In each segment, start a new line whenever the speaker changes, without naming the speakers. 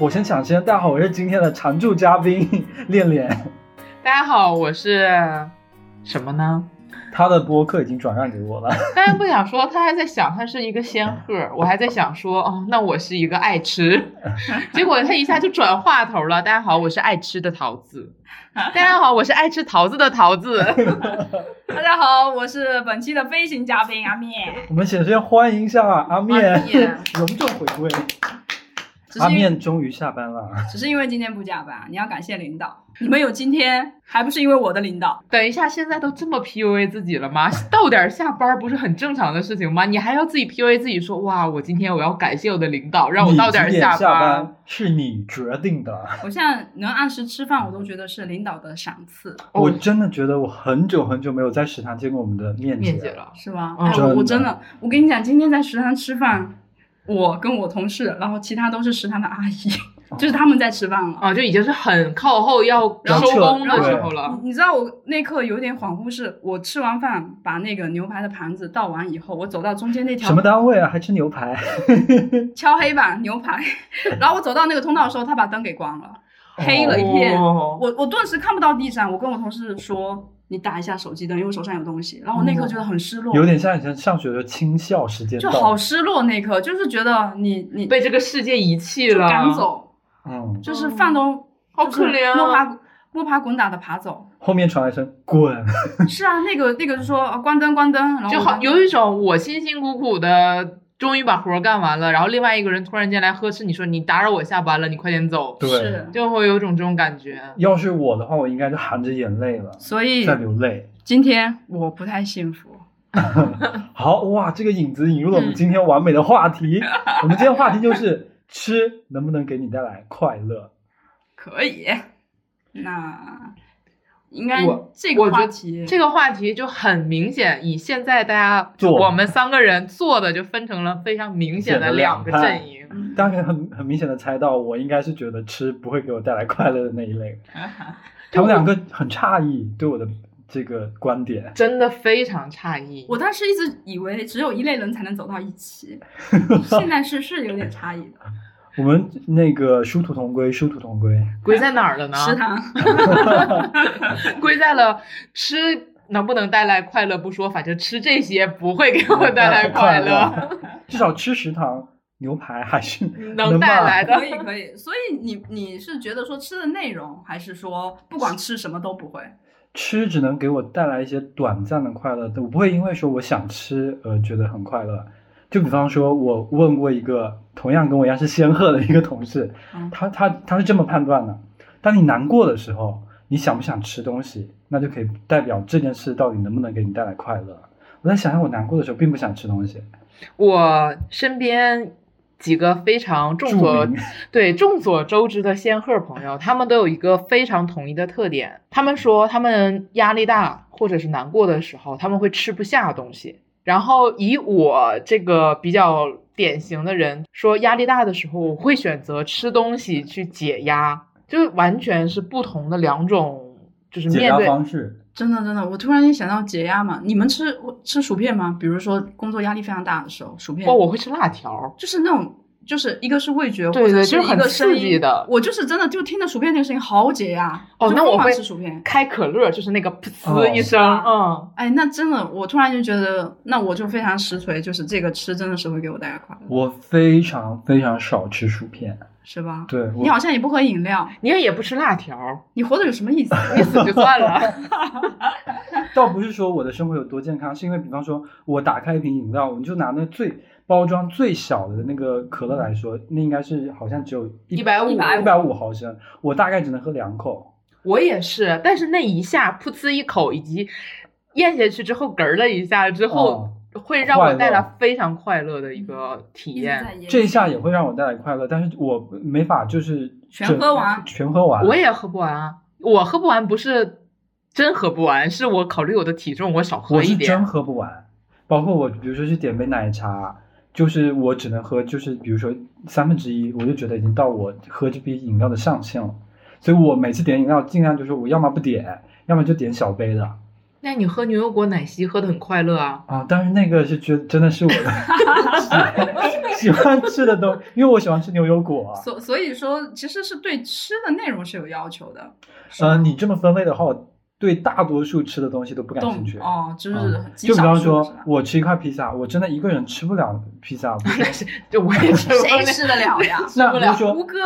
我先抢先，大家好，我是今天的常驻嘉宾恋恋，
大家好，我是什么呢？
他的播客已经转让给我了。
大家不想说，他还在想他是一个仙鹤，我还在想说，哦，那我是一个爱吃。结果他一下就转话头了。大家好，我是爱吃的桃子。大家好，我是爱吃桃子的桃子。
大家好，我是本期的飞行嘉宾阿面。
我们首先欢迎一下阿面
阿面
隆重回归，
只
阿
是因
面终于下班了。
只是因为今天不加班，你要感谢领导。你们有今天，还不是因为我的领导？
等一下，现在都这么 PUA 自己了吗？到点儿下班不是很正常的事情吗？你还要自己 PUA 自己说，哇，我今天我要感谢我的领导，让我到点儿
你几点下
班。
是你决定的，
我现在能按时吃饭，我都觉得是领导的赏赐，
哦
我真的觉得我很久很久没有在食堂见过我们的面
面
姐
姐了，
是吧？
嗯
哎，我我
真
真
的
的，我跟你讲，今天在食堂吃饭，我跟我同事，然后其他都是食堂的阿姨， 就是他们在吃饭了。
啊，就已经是很靠后要
然后
收工的
撤
时候了。
你你知道我那一刻有点恍惚是，我吃完饭把那个牛排的盘子倒完以后，我走到中间那条
什么单位啊？还吃牛排？
敲黑板牛排， 然后我走到那个通道的时候，他把灯给关了，黑了一片。
哦
我我顿时看不到地上，我跟我同事说：“你打一下手机灯，因为我手上有东西。”然后我那刻觉得很失落，
有点像以前上学的清校时间
就
到，
好失落。那刻就是觉得你你
被这个世界遗弃
就
了，哦
赶走，
嗯，
就是饭都
好可怜
就是摸
啊！
爬摸爬滚打的爬走。
后面传来一声滚，
是啊，那个那个就说啊关灯关灯，然后
就
我
好
就
有一种我辛辛苦苦的，终于把活儿干完了，然后另外一个人突然间来呵斥你说你打扰我下班了，你快点走，
对。
是，
就会有一种这种感觉。
要是我的话，我应该就含着眼泪了，
所以
在流泪。
今天我不太幸福。
好哇，这个影子引入了我们
嗯
今天完美的话题。 我们今天话题就是吃能不能给你带来快乐？
可以，那应该
我
这个
我觉
话
得
题
这个话题就很明显，以现在大家
做
我们三个人做的就分成了非常明显的两个阵营。
嗯
大家可以很很明显的猜到，我应该是觉得吃不会给我带来快乐的那一 类。他们两个很诧异对我的这个观点。
真的非常诧异，
我当时一直以为只有一类人才能走到一 起，现在是是有点差异的。
我们那个殊途同归，殊途同归。
归在哪儿了呢？
食堂，
归在了吃能不能带来快乐不说，反正吃这些不会给 我带来快乐，
至少吃食堂牛排还是
能
吧
带来的
可以可以。所以你你是觉得说吃的内容，还是说不管吃什么都不会？
吃只能给我带来一些短暂的快乐，我不会因为说我想吃而觉得很快乐。就比方说，我问过一个同样跟我一样是仙鹤的一个同事
嗯，
他他他是这么判断的：当你难过的时候，你想不想吃东西，那就可以代表这件事到底能不能给你带来快乐。我在想想，我难过的时候并不想吃东西，
我身边几个非常众
著
所
名
对众所周知的仙鹤朋友，他们都有一个非常统一的特点，他们说他们压力大或者是难过的时候，他们会吃不下东西。然后以我这个比较典型的人说，压力大的时候，我会选择吃东西去解压，就是完全是不同的两种，就是
解
面
压
对
方式。
真的真的，我突然间想到解压嘛。你们吃我吃薯片吗？比如说工作压力非常大的时候，薯片
哦，我会吃辣条，
就是那种。就是一个是味觉，
对
或者
对
是
就是
一
很
个
刺
声音
激的
我就是真的就听着薯片那个声音好解压。
哦
就
那
疯
我
狂
会
吃薯片。
开可乐就是那个噗
哦
呲一声，嗯。
哎，那真的，我突然就觉得，那我就非常实锤，就是这个吃真的是会给我带来快乐，
我非常非常少吃薯片，
是吧？
对我
你好像也不喝饮料，
你也不吃辣条，
你活着有什么意 思？
你死就算了。
倒不是说我的生活有多健康，是因为比方说，我打开一瓶饮料，我们就拿那最包装最小的那个可乐来说，那应该是好像只有一
百五
一百五毫升，我大概只能喝两口。
我也是，但是那一下噗呲一口，以及咽下去之后嗝儿了一下之
哦
后，会让
快
我
乐嗯
带来非常快乐 的一个体验。
这一下也会让我带来快乐，但是我没法就是
全
整
喝完
全喝完。
我也喝不完啊，我喝不完不是真喝不完，是我考虑我的体重，我少喝
我
一
是真
点。
喝不完，包括我比如说去点杯奶茶，就是我只能喝就是比如说三分之一，我就觉得已经到我喝这杯饮料的上限了，所以我每次点饮料尽量就是我要么不点，要么就点小杯的，
那你喝牛油果奶昔喝的很快乐啊，
啊，但是那个是觉真的是我的 喜欢喜欢吃的东，因为我喜欢吃牛油果、啊。
所所以说，其实是对吃的内容是有要求的。是
呃，
吧
你这么分类的话，我对大多数吃的东西都不感兴
动
趣。
哦，就是
嗯
极
就比
少
方
数
说
是吧，
我吃一块披萨，我真的一个人吃不了披萨。不是
就我也吃过
谁
那
吃得 了 呀？
那
不
比
了
如说
胡，歌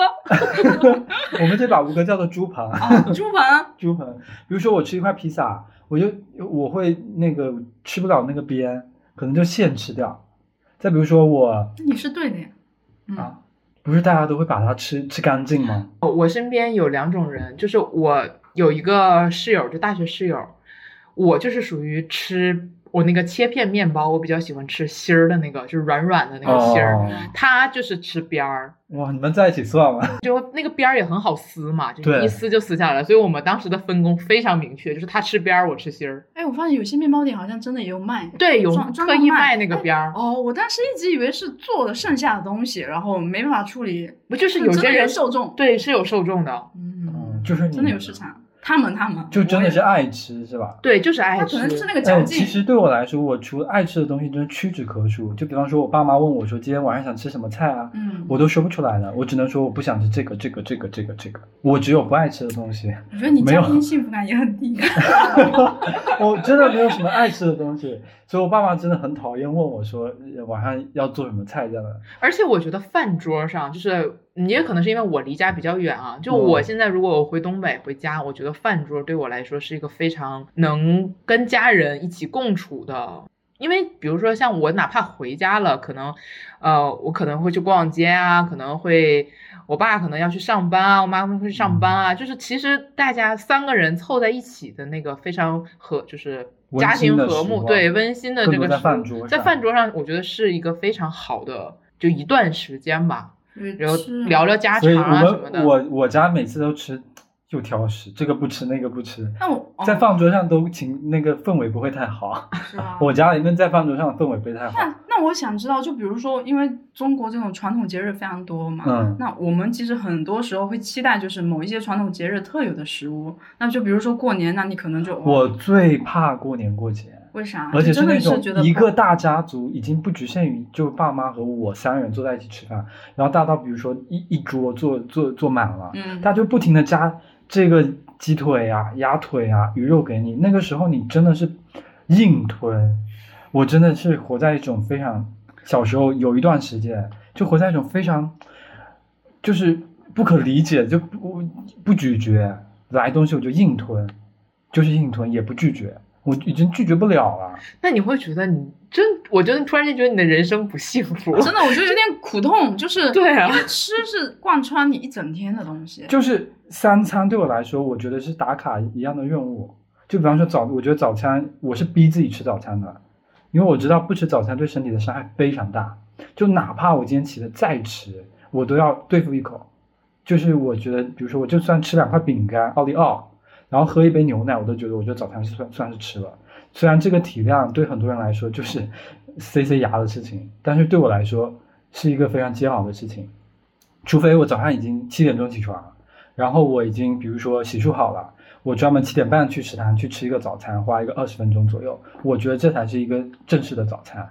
我们这把吴哥叫做猪鹏，
啊，朱鹏
猪鹏。比如说我吃一块披萨，我就我会那个吃不了那个边，可能就现吃掉。再比如说我
你是对的呀。嗯，
啊，不是大家都会把它吃吃干净吗？
我身边有两种人，就是我有一个室友，就大学室友，我就是属于吃我那个切片面包，我比较喜欢吃芯儿的那个，就是软软的那个芯儿。
哦
嗯
他就是吃边儿，
哇，你们在一起算吗？
就那个边儿也很好撕嘛，就
对
一撕就撕下来了。所以我们当时的分工非常明确，就是他吃边儿，我吃芯儿。
哎，我发现有些面包店好像真的也有卖。
对，有
专专
特
门
意
卖
卖那个
哎
边儿，
哦，我当时一直以为是做了剩下的东西，然后没办法处理，
不就是
就
有
真
些
的
人
受众。
对是有受众的，
嗯
嗯，，就是你
真的有市，场。他们他们
就真的是
我
爱吃是吧？
对，就是
也
爱
他
吃
可。能是那个
哎，
嚼
其
劲。
实对我来说，我除了爱吃的东西，真的屈指可数。就比方说，我爸妈问我说今天晚上想吃什么菜啊，
嗯，
我都说不出来了，我只能说我不想吃这个、这个、这个、这个、这个。我只有不爱吃的东西，
我觉得你
没有
家庭幸福感也很 低。
我真的没有什么爱吃的东西，所以我爸妈真的很讨厌问我说呃晚上要做什么菜这样的。
而且我觉得饭桌上，就是也可能是因为我离家比较远啊。就我
嗯
现在如果我回东北回家，我觉得饭桌对我来说是一个非常能跟家人一起共处的。因为比如说像我，哪怕回家了，可能，呃，我可能会去逛街啊，可能会，我爸可能要去上班啊，我妈会去上班
嗯
啊，就是其实大家三个人凑在一起的那个非常和，就是
温
家庭
馨的
和
时
睦，
光
对温馨的
更
这
多
个
在
时
饭桌
在
上
饭桌上，我觉得是一个非常好的，就一段时间吧，然后
是
聊。聊家
所以
常
我
啊什么
们
的。
我我家每次都吃又挑食，这个不吃那个不吃，
那我
在
放
饭桌上都情那个氛围不会太
啊
好。我家里面在饭桌上的氛围不会太好。
那那我想知道，就比如说，因为中国这种传统节日非常多嘛，
嗯，
那我们其实很多时候会期待就是某一些传统节日特有的食物。那就比如说过年，那你可能就哦
我最怕过年过节。
为啥？
而且
啊就真
那
的
种
是觉得
一
不
个大家族，已经不局限于就爸妈和我三人坐在一起吃饭，然后大到比如说一一桌坐坐坐满了，
嗯，
他就不停的加这个鸡腿啊、鸭腿啊、鱼肉给你，那个时候你真的是硬吞，我真的是活在一种非常小时候有一段时间就活在一种非常就是不可理解，就不不咀嚼来东西我就硬吞，就是硬吞也不拒绝，我已经拒绝不了了。
那你会觉得你真，我觉得突然间觉得你的人生不幸福。
真的我觉得有点苦痛，就是
对啊
因为吃是贯穿你一整天的东西。
就是三餐对我来说，我觉得是打卡一样的任务。就比方说早，我觉得早餐我是逼自己吃早餐的，因为我知道不吃早餐对身体的伤害非常大。就哪怕我今天起得再迟，我都要对付一口。就是我觉得，比如说我就算吃两块饼干、奥利奥，然后喝一杯牛奶，我都觉得我觉得早餐是算算是吃了。虽然这个体量对很多人来说就是塞塞牙的事情，但是对我来说是一个非常煎熬的事情。除非我早上已经七点钟起床，然后我已经比如说洗漱好了，我专门七点半去食堂去吃一个早餐，花一个二十分钟左右，我觉得这才是一个正式的早餐。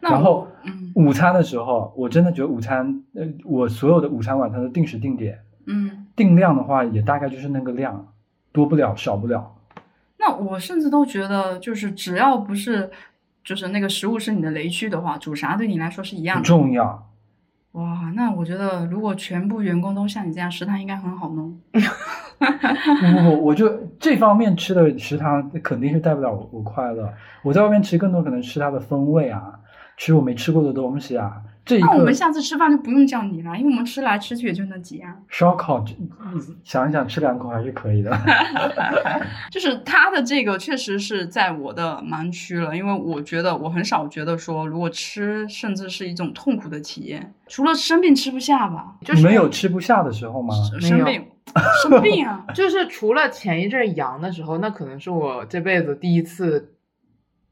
那
然
我
后
嗯
午餐的时候，我真的觉得午餐，呃，我所有的午餐晚餐都定时定点，
嗯，
定量的话也大概就是那个量，多不了少不了。
那我甚至都觉得，就是只要不是就是那个食物是你的雷区的话，煮啥对你来说是一样
不
的。
重 要，
哇，那我觉得如果全部员工都像你这样，食堂应该很好弄。
不不不，我就这方面吃的食堂肯定是带不了我我快乐。我在外面吃更多可能吃它的风味啊，吃我没吃过的东西啊。这一
那我
个
们下次吃饭就不用叫你了，因为我们吃来吃去也就那几样。
烧烤，这嗯想一想吃两口还是可以的。
就是他的这个确实是在我的盲区了，因为我觉得我很少觉得说，如果吃甚至是一种痛苦的体验，除了生病吃不下吧，
就是
你们有吃不下的时候吗？
啊没有
生病生病啊，
就是除了前一阵儿阳的时候，那可能是我这辈子第一次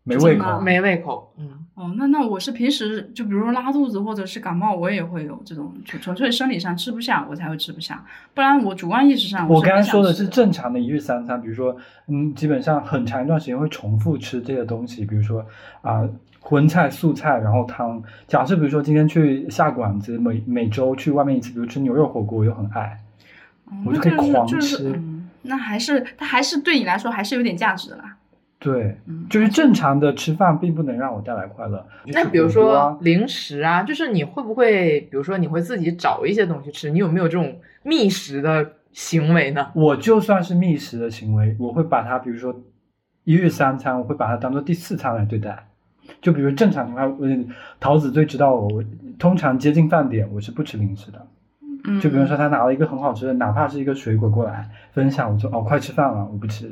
没胃
真的
口，
没胃口。嗯，
哦，那那我是平时就比如说拉肚子或者是感冒，我也会有这种，就纯粹生理上吃不下，我才会吃不下，不然我主观意识上
我
是
刚
不
才
想
说的
吃
是正常的一日三餐，比如说，嗯，基本上很长一段时间会重复吃这些东西，比如说啊、荤菜、素菜，然后汤。假设比如说今天去下馆子，每每周去外面一次，比如吃牛肉火锅，我又很爱，
嗯
我
那
就可以
是
狂
就是
吃
嗯，那还是它还是对你来说还是有点价值的啦。
对，
嗯，
就是正常的吃饭并不能让我带来快乐。
那
就
比如
火锅
说
啊
零食啊，就是你会不会，比如说你会自己找一些东西吃？你有没有这种觅食的行为呢？
我就算是觅食的行为，我会把它，比如说一日三餐，我会把它当做第四餐来对待。就比如正常情况，下，桃子最知道我，我通常接近饭点，我是不吃零食的。
嗯
就比如说，他拿了一个很好吃的，哪怕是一个水果过来分享，我说哦，快吃饭了，我不吃。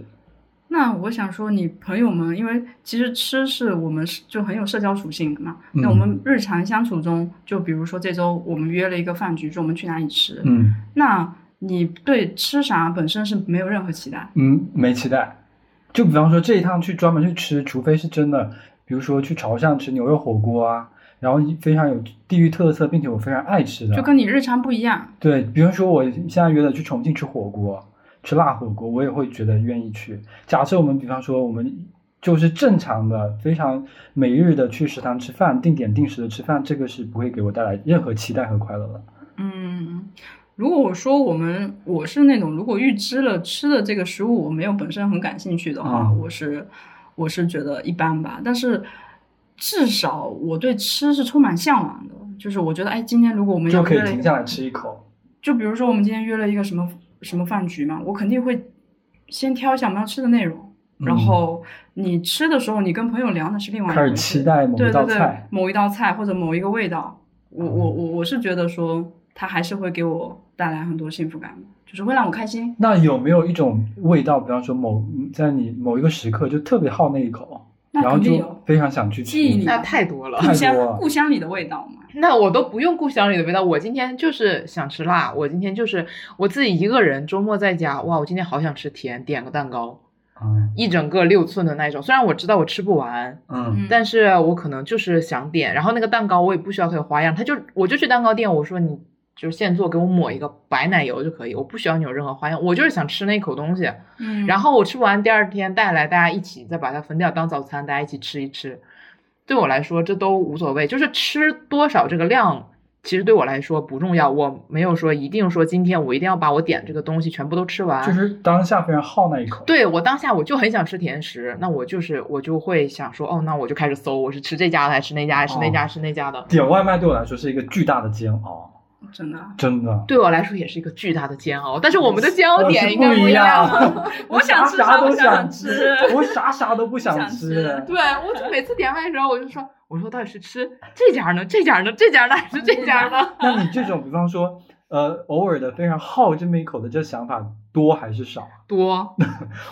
那我想说，你朋友们，因为其实吃是我们是就很有社交属性的嘛。那我
嗯
们日常相处中，就比如说这周我们约了一个饭局，说我们去哪里吃，
嗯
那你对吃啥本身是没有任何期待。
嗯，没期待。就比方说这一趟去专门去吃，除非是真的，比如说去潮汕吃牛肉火锅啊，然后非常有地域特色，并且我非常爱吃的，
就跟你日常不一样。
对，比如说我现在约了去重庆吃火锅，吃辣火锅，我也会觉得愿意去。假设我们比方说我们就是正常的、非常每日的去食堂吃饭，定点定时的吃饭，这个是不会给我带来任何期待和快乐的。
嗯，如果我说我们我是那种如果预知了吃的这个食物我没有本身很感兴趣的话，
嗯
我是我是觉得一般吧。但是至少我对吃是充满向往的，就是我觉得哎，今天如果我们
就
要
可以
约了一
停
个
下来吃一口。
就比如说我们今天约了一个什么什么饭局嘛，我肯定会先挑一下我们要吃的内容。
嗯
然后你吃的时候，你跟朋友聊那是另外一
开始
回事
期待某
对
一
对
道
对，
菜，嗯
某一道菜或者某一个味道，我我我我是觉得说，它还是会给我带来很多幸福感的，就是会让我开心。
那有没有一种味道，比方说某在你某一个时刻就特别好那一口，
那
然后
肯定
就啊
有
非常想去吃
记忆？里
那太多了。
太
故
多
乡
了
故乡里的味道嘛。
那我都不用故乡里的味道，我今天就是想吃辣，我今天就是我自己一个人周末在家，哇，我今天好想吃甜，点个蛋糕，
嗯
一整个六寸的那一种，虽然我知道我吃不完，
嗯，
但是我可能就是想点，然后那个蛋糕我也不需要它有花样，它就我就去蛋糕店，我说你就是现做，给我抹一个白奶油就可以，我不需要你有任何花样，我就是想吃那一口东西，
嗯，
然后我吃完第二天带来，大家一起再把它分掉当早餐，大家一起吃一吃。对我来说这都无所谓，就是吃多少这个量，其实对我来说不重要。我没有说一定说今天我一定要把我点这个东西全部都吃完。
就是当下非常好那一口。
对我当下我就很想吃甜食，那我就是我就会想说，哦，那我就开始搜，我是吃这家的还是吃那家，还是那家、
哦
吃那家的。
点外卖对我来说是一个巨大的煎熬，
真的，
真的。
对我来说也是一个巨大的煎熬，但是我们的煎熬
我是
点应该
不
一
一
样
样
啊。
我想吃
啥
啥
都
我想
吃
吃，
我啥啥都不
想
吃。
吃
对，我就每次点外卖的时候，我就说，我说到底是吃这家呢，这家呢，这家呢，还是这家呢？
那你这种，比方说，呃，偶尔的非常好这么一口的这想法多还是少？
多，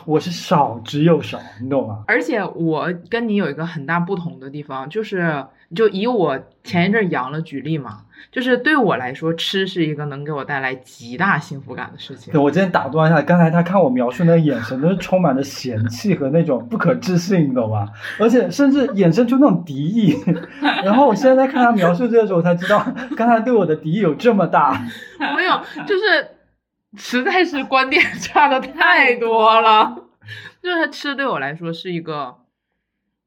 我是少之又少，你懂吗？
而且我跟你有一个很大不同的地方，就是就以我前一阵阳了举例嘛，就是对我来说，吃是一个能给我带来极大幸福感的事情
对，。我今天打断一下，刚才他看我描述那个眼神，都是充满着嫌弃和那种不可置信，你懂吗？而且甚至衍生出那种敌意。然后我现在在看他描述这个时候，我才知道刚才对我的敌意有这么大。
没 有，就是实在是观点差的太多了。 就是吃对我来说是一个，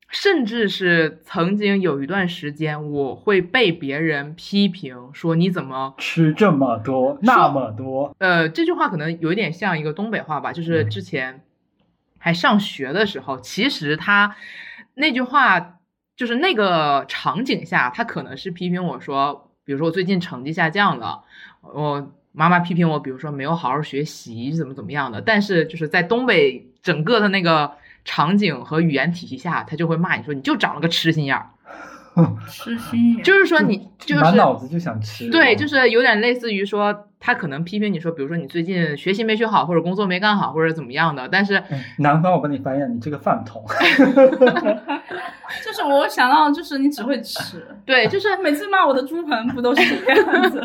甚至是曾经有一段时间，我会被别人批评说你怎么。
吃这么多，那么多，
呃，这句话可能有一点像一个东北话吧，就是
嗯
之前还上学的时候，其实他那句话就是那个场景下，他可能是批评我说，比如说我最近成绩下降了，我妈妈批评我，比如说没有好好学习，怎么怎么样的，但是就是在东北整个的那个场景和语言体系下，他就会骂你说你就长了个痴心眼儿，
吃心眼。
就是说你就是
满脑子就想吃。哦
对，就是有点类似于说，他可能批评你说，比如说你最近学习没学好，或者工作没干好，或者怎么样的，但是
南方，我帮你翻译，你这个饭桶。
就是我想到，就是你只会吃。
对，就是
每次骂我的猪盆不都是这样子？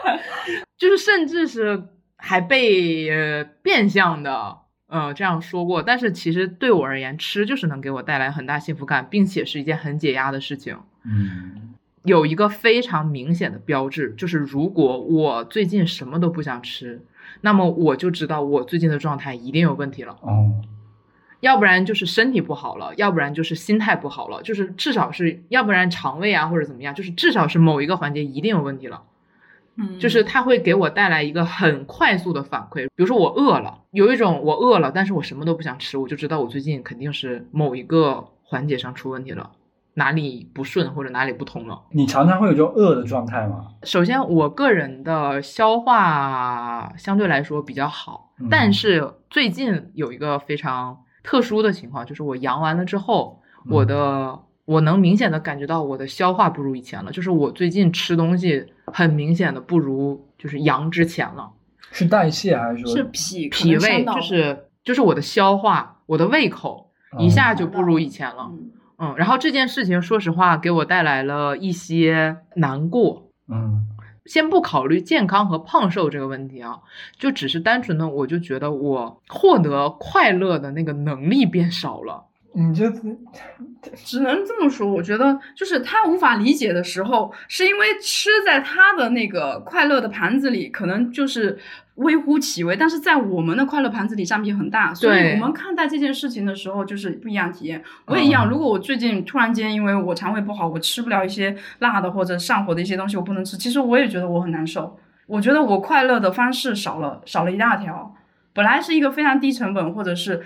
就是，甚至是还被、呃变相的呃这样说过，但是其实对我而言，吃就是能给我带来很大幸福感，并且是一件很解压的事情。
嗯
有一个非常明显的标志，就是如果我最近什么都不想吃，那么我就知道我最近的状态一定有问题了，
哦，
要不然就是身体不好了，要不然就是心态不好了，就是至少是要不然肠胃啊或者怎么样，就是至少是某一个环节一定有问题了。
嗯，
就是它会给我带来一个很快速的反馈。比如说我饿了，有一种我饿了，但是我什么都不想吃，我就知道我最近肯定是某一个环节上出问题了，哪里不顺或者哪里不通了。
你常常会有这种饿的状态吗？嗯
首先，我个人的消化相对来说比较好，
嗯
但是最近有一个非常特殊的情况，就是我阳完了之后，
嗯
我的我能明显的感觉到我的消化不如以前了，就是我最近吃东西很明显的不如就是阳之前了。
是代谢还是说
是脾可
脾
能伤
胃
到
就是就是我的消化，我的胃口
哦
嗯
一下就不如以前了。
嗯
嗯，然后这件事情说实话给我带来了一些难过。
嗯
先不考虑健康和胖瘦这个问题啊，就只是单纯的，我就觉得我获得快乐的那个能力变少了。
嗯，你这
只能这么说，我觉得就是他无法理解的时候，是因为吃在他的那个快乐的盘子里，可能就是微乎其微，但是在我们的快乐盘子里占比很大，所以
对
我们看待这件事情的时候就是不一样体验。我也一
嗯
样，如果我最近突然间因为我肠胃不好，我吃不了一些辣的或者上火的一些东西，我不能吃，其实我也觉得我很难受。我觉得我快乐的方式少了，少了一大条。本来是一个非常低成本或者是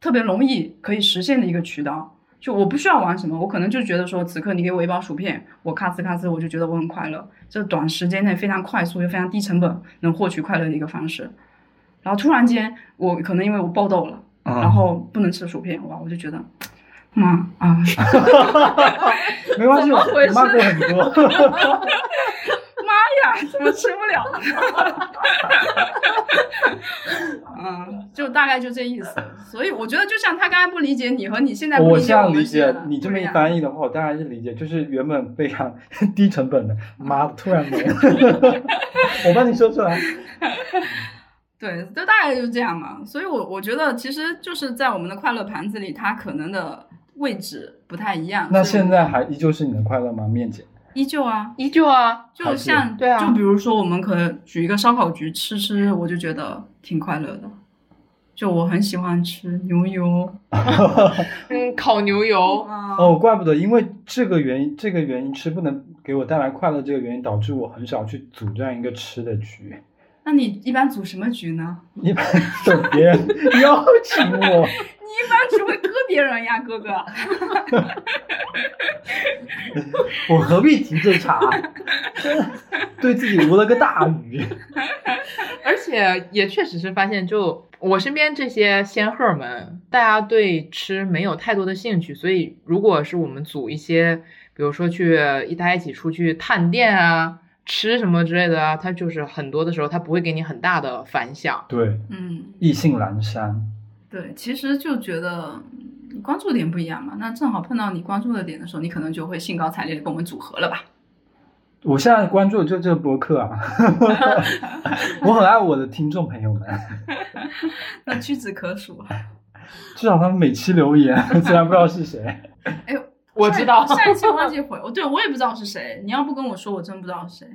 特别容易可以实现的一个渠道，就我不需要玩什么，我可能就觉得说，此刻你给我一包薯片，我咔哧咔哧，我就觉得我很快乐。这短时间内非常快速又非常低成本能获取快乐的一个方式。然后突然间，我可能因为我爆痘了，然
然
后不能吃薯片，哇，我就觉得，妈啊，
没关系，
怎么
我
回事
骂过很多。
哎呀，怎么吃不了？ 嗯，就大概就这意思。所以我觉得，就像他刚才不理解你和你现在不
我
理
现
解
在
们
理解
是
你这
不
么一
样
翻译的话，我当然是理解，就是原本非常 低成本的，妈的，突然没了， 我帮你说出来。
对，就大概就是这样嘛。所以我，我觉得其实就是在我们的快乐盘子里，它可能的位置不太一样。
那
所以
现在还依旧是你的快乐吗，面姐？
依旧啊，
依旧啊，
还
就是像
对啊
就比如说我们可能举一个烧烤局吃吃，我就觉得挺快乐的。就我很喜欢吃牛油
嗯，烤牛油，
啊，
哦，怪不得，因为这个原因，这个原因吃不能给我带来快乐，这个原因导致我很少去组这样一个吃的局，
那你一般组什么局呢？
一般等别人邀请我。
你一般只会割别人呀，哥哥。
我何必提这茬？ 真的对自己无了个大鱼。
而且也确实是发现，就我身边这些仙鹤们，大家对吃没有太多的兴趣，所以如果是我们组一些，比如说去一大家一起出去探店啊、吃什么之类的啊，它就是很多的时候它不会给你很大的反响。
对，
嗯，
意兴阑珊。
对，其实就觉得嗯关注点不一样嘛。那正好碰到你关注的点的时候，你可能就会兴高采烈的跟我们组合了吧。
我现在关注的就是这个播客啊，我很爱我的听众朋友们，
那屈指可 数。
至少他们每期留言，虽然不知道是谁。
我知道，
上一期忘记回，我哦对我也不知道是谁。你要不跟我说，我真不知道是谁。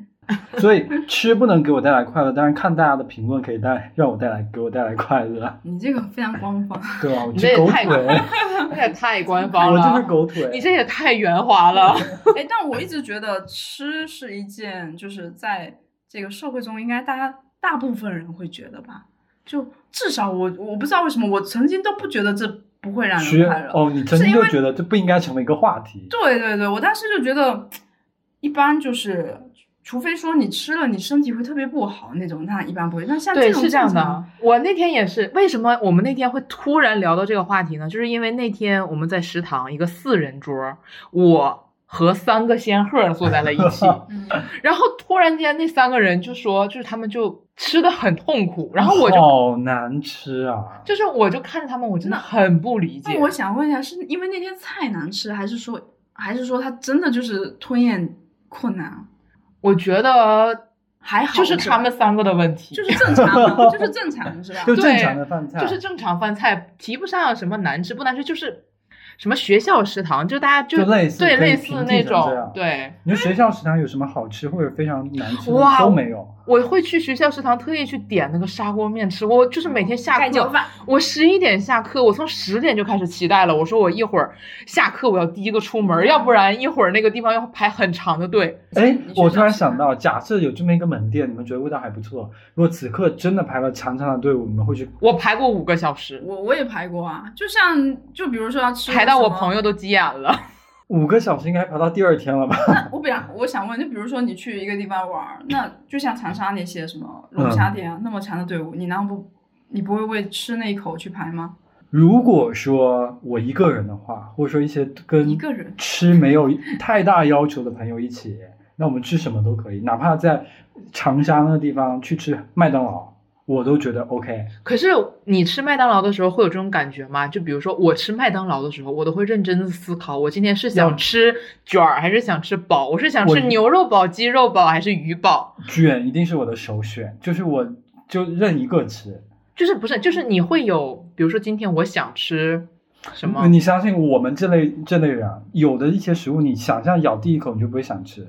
所以吃不能给我带来快乐，但是看大家的评论可以带让我带来给我带来快乐，
你这个非常官方。
对吧？我
你这
是狗
也太
腿，
这也太官 方
我就是
了，
狗
你
腿。
这也太圆滑了。
哎，但我一直觉得吃是一件，就是在这个社会中，应该大家大部分人会觉得吧。就至少我，我不知道为什么，我曾经都不觉得这不会让
学
人快乐。
哦，你曾经就觉得这不应该成为一个话题，
对对对，我当时就觉得，一般就是，除非说你吃了你身体会特别不好那种，那一般不会。那像
对，
种
是这样
正
的啊
常。。
我那天也是，为什么我们那天会突然聊到这个话题呢？就是因为那天我们在食堂一个四人桌，我和三个仙鹤坐在了一起，
嗯，
然后突然间那三个人就说，就是他们就吃的很痛苦， 然后我就
好难吃啊！
就是我就看着他们，我真的很不理解
那。我想问一下，是因为那天菜难吃，还是说，还是说它真的就是吞咽困难？
我觉得
啊还好，
就是
是
他
吧
们三个的问题，
就是正常嘛， 就是正常的是吧？
就
对
正常的饭菜，
就是正常饭菜，提不上什么难吃不难吃，就是什么学校食堂，就大家就
就类似
对
可以
类似
平替
那
成这
种
样，
对。
你说学校食堂有什么好吃或者非常难吃的
哇哦
都没有，
我会去学校食堂特意去点那个砂锅面吃，我就是每天下
盖浇
课，
饭，
我十一点下课，我从十点就开始期待了。我说我一会儿下课我要第一个出门，要不然一会儿那个地方要排很长的队。
哎
你，去
我
上
突然
市
想
场
到，假设有这么一个门店，你们觉得味道还不错，如果此刻真的排了长长的队伍，你们会去？
我排过五个小时，
我我也排过啊，就像就比如说要吃
排到我朋
友，
友都急眼了。
五个小时应该排到第二天了吧？
那我本来我想问，就比如说你去一个地方玩儿，那就像长沙那些什么龙虾
嗯
店啊，那么长的队伍，你难道不你不会为吃那一口去排吗？
如果说我一个人的话，或者说一些
一
跟
个人
吃没有太大要求的朋友一起，那我们吃什么都可以，哪怕在长沙那个地方去吃麦当劳，我都觉得 OK。
可是你吃麦当劳的时候会有这种感觉吗？就比如说我吃麦当劳的时候，我都会认真的思考，我今天是想
要
吃卷儿还是想吃饱？我是想
我
吃牛肉堡、鸡肉堡还是鱼堡？
卷一定是我的首选，就是我就任一个吃。
就是不是就是
嗯
你会有，比如说今天我想吃什么？
你相信我们这类这类人，啊，有的一些食物，你想象咬第一口，你就不会想吃，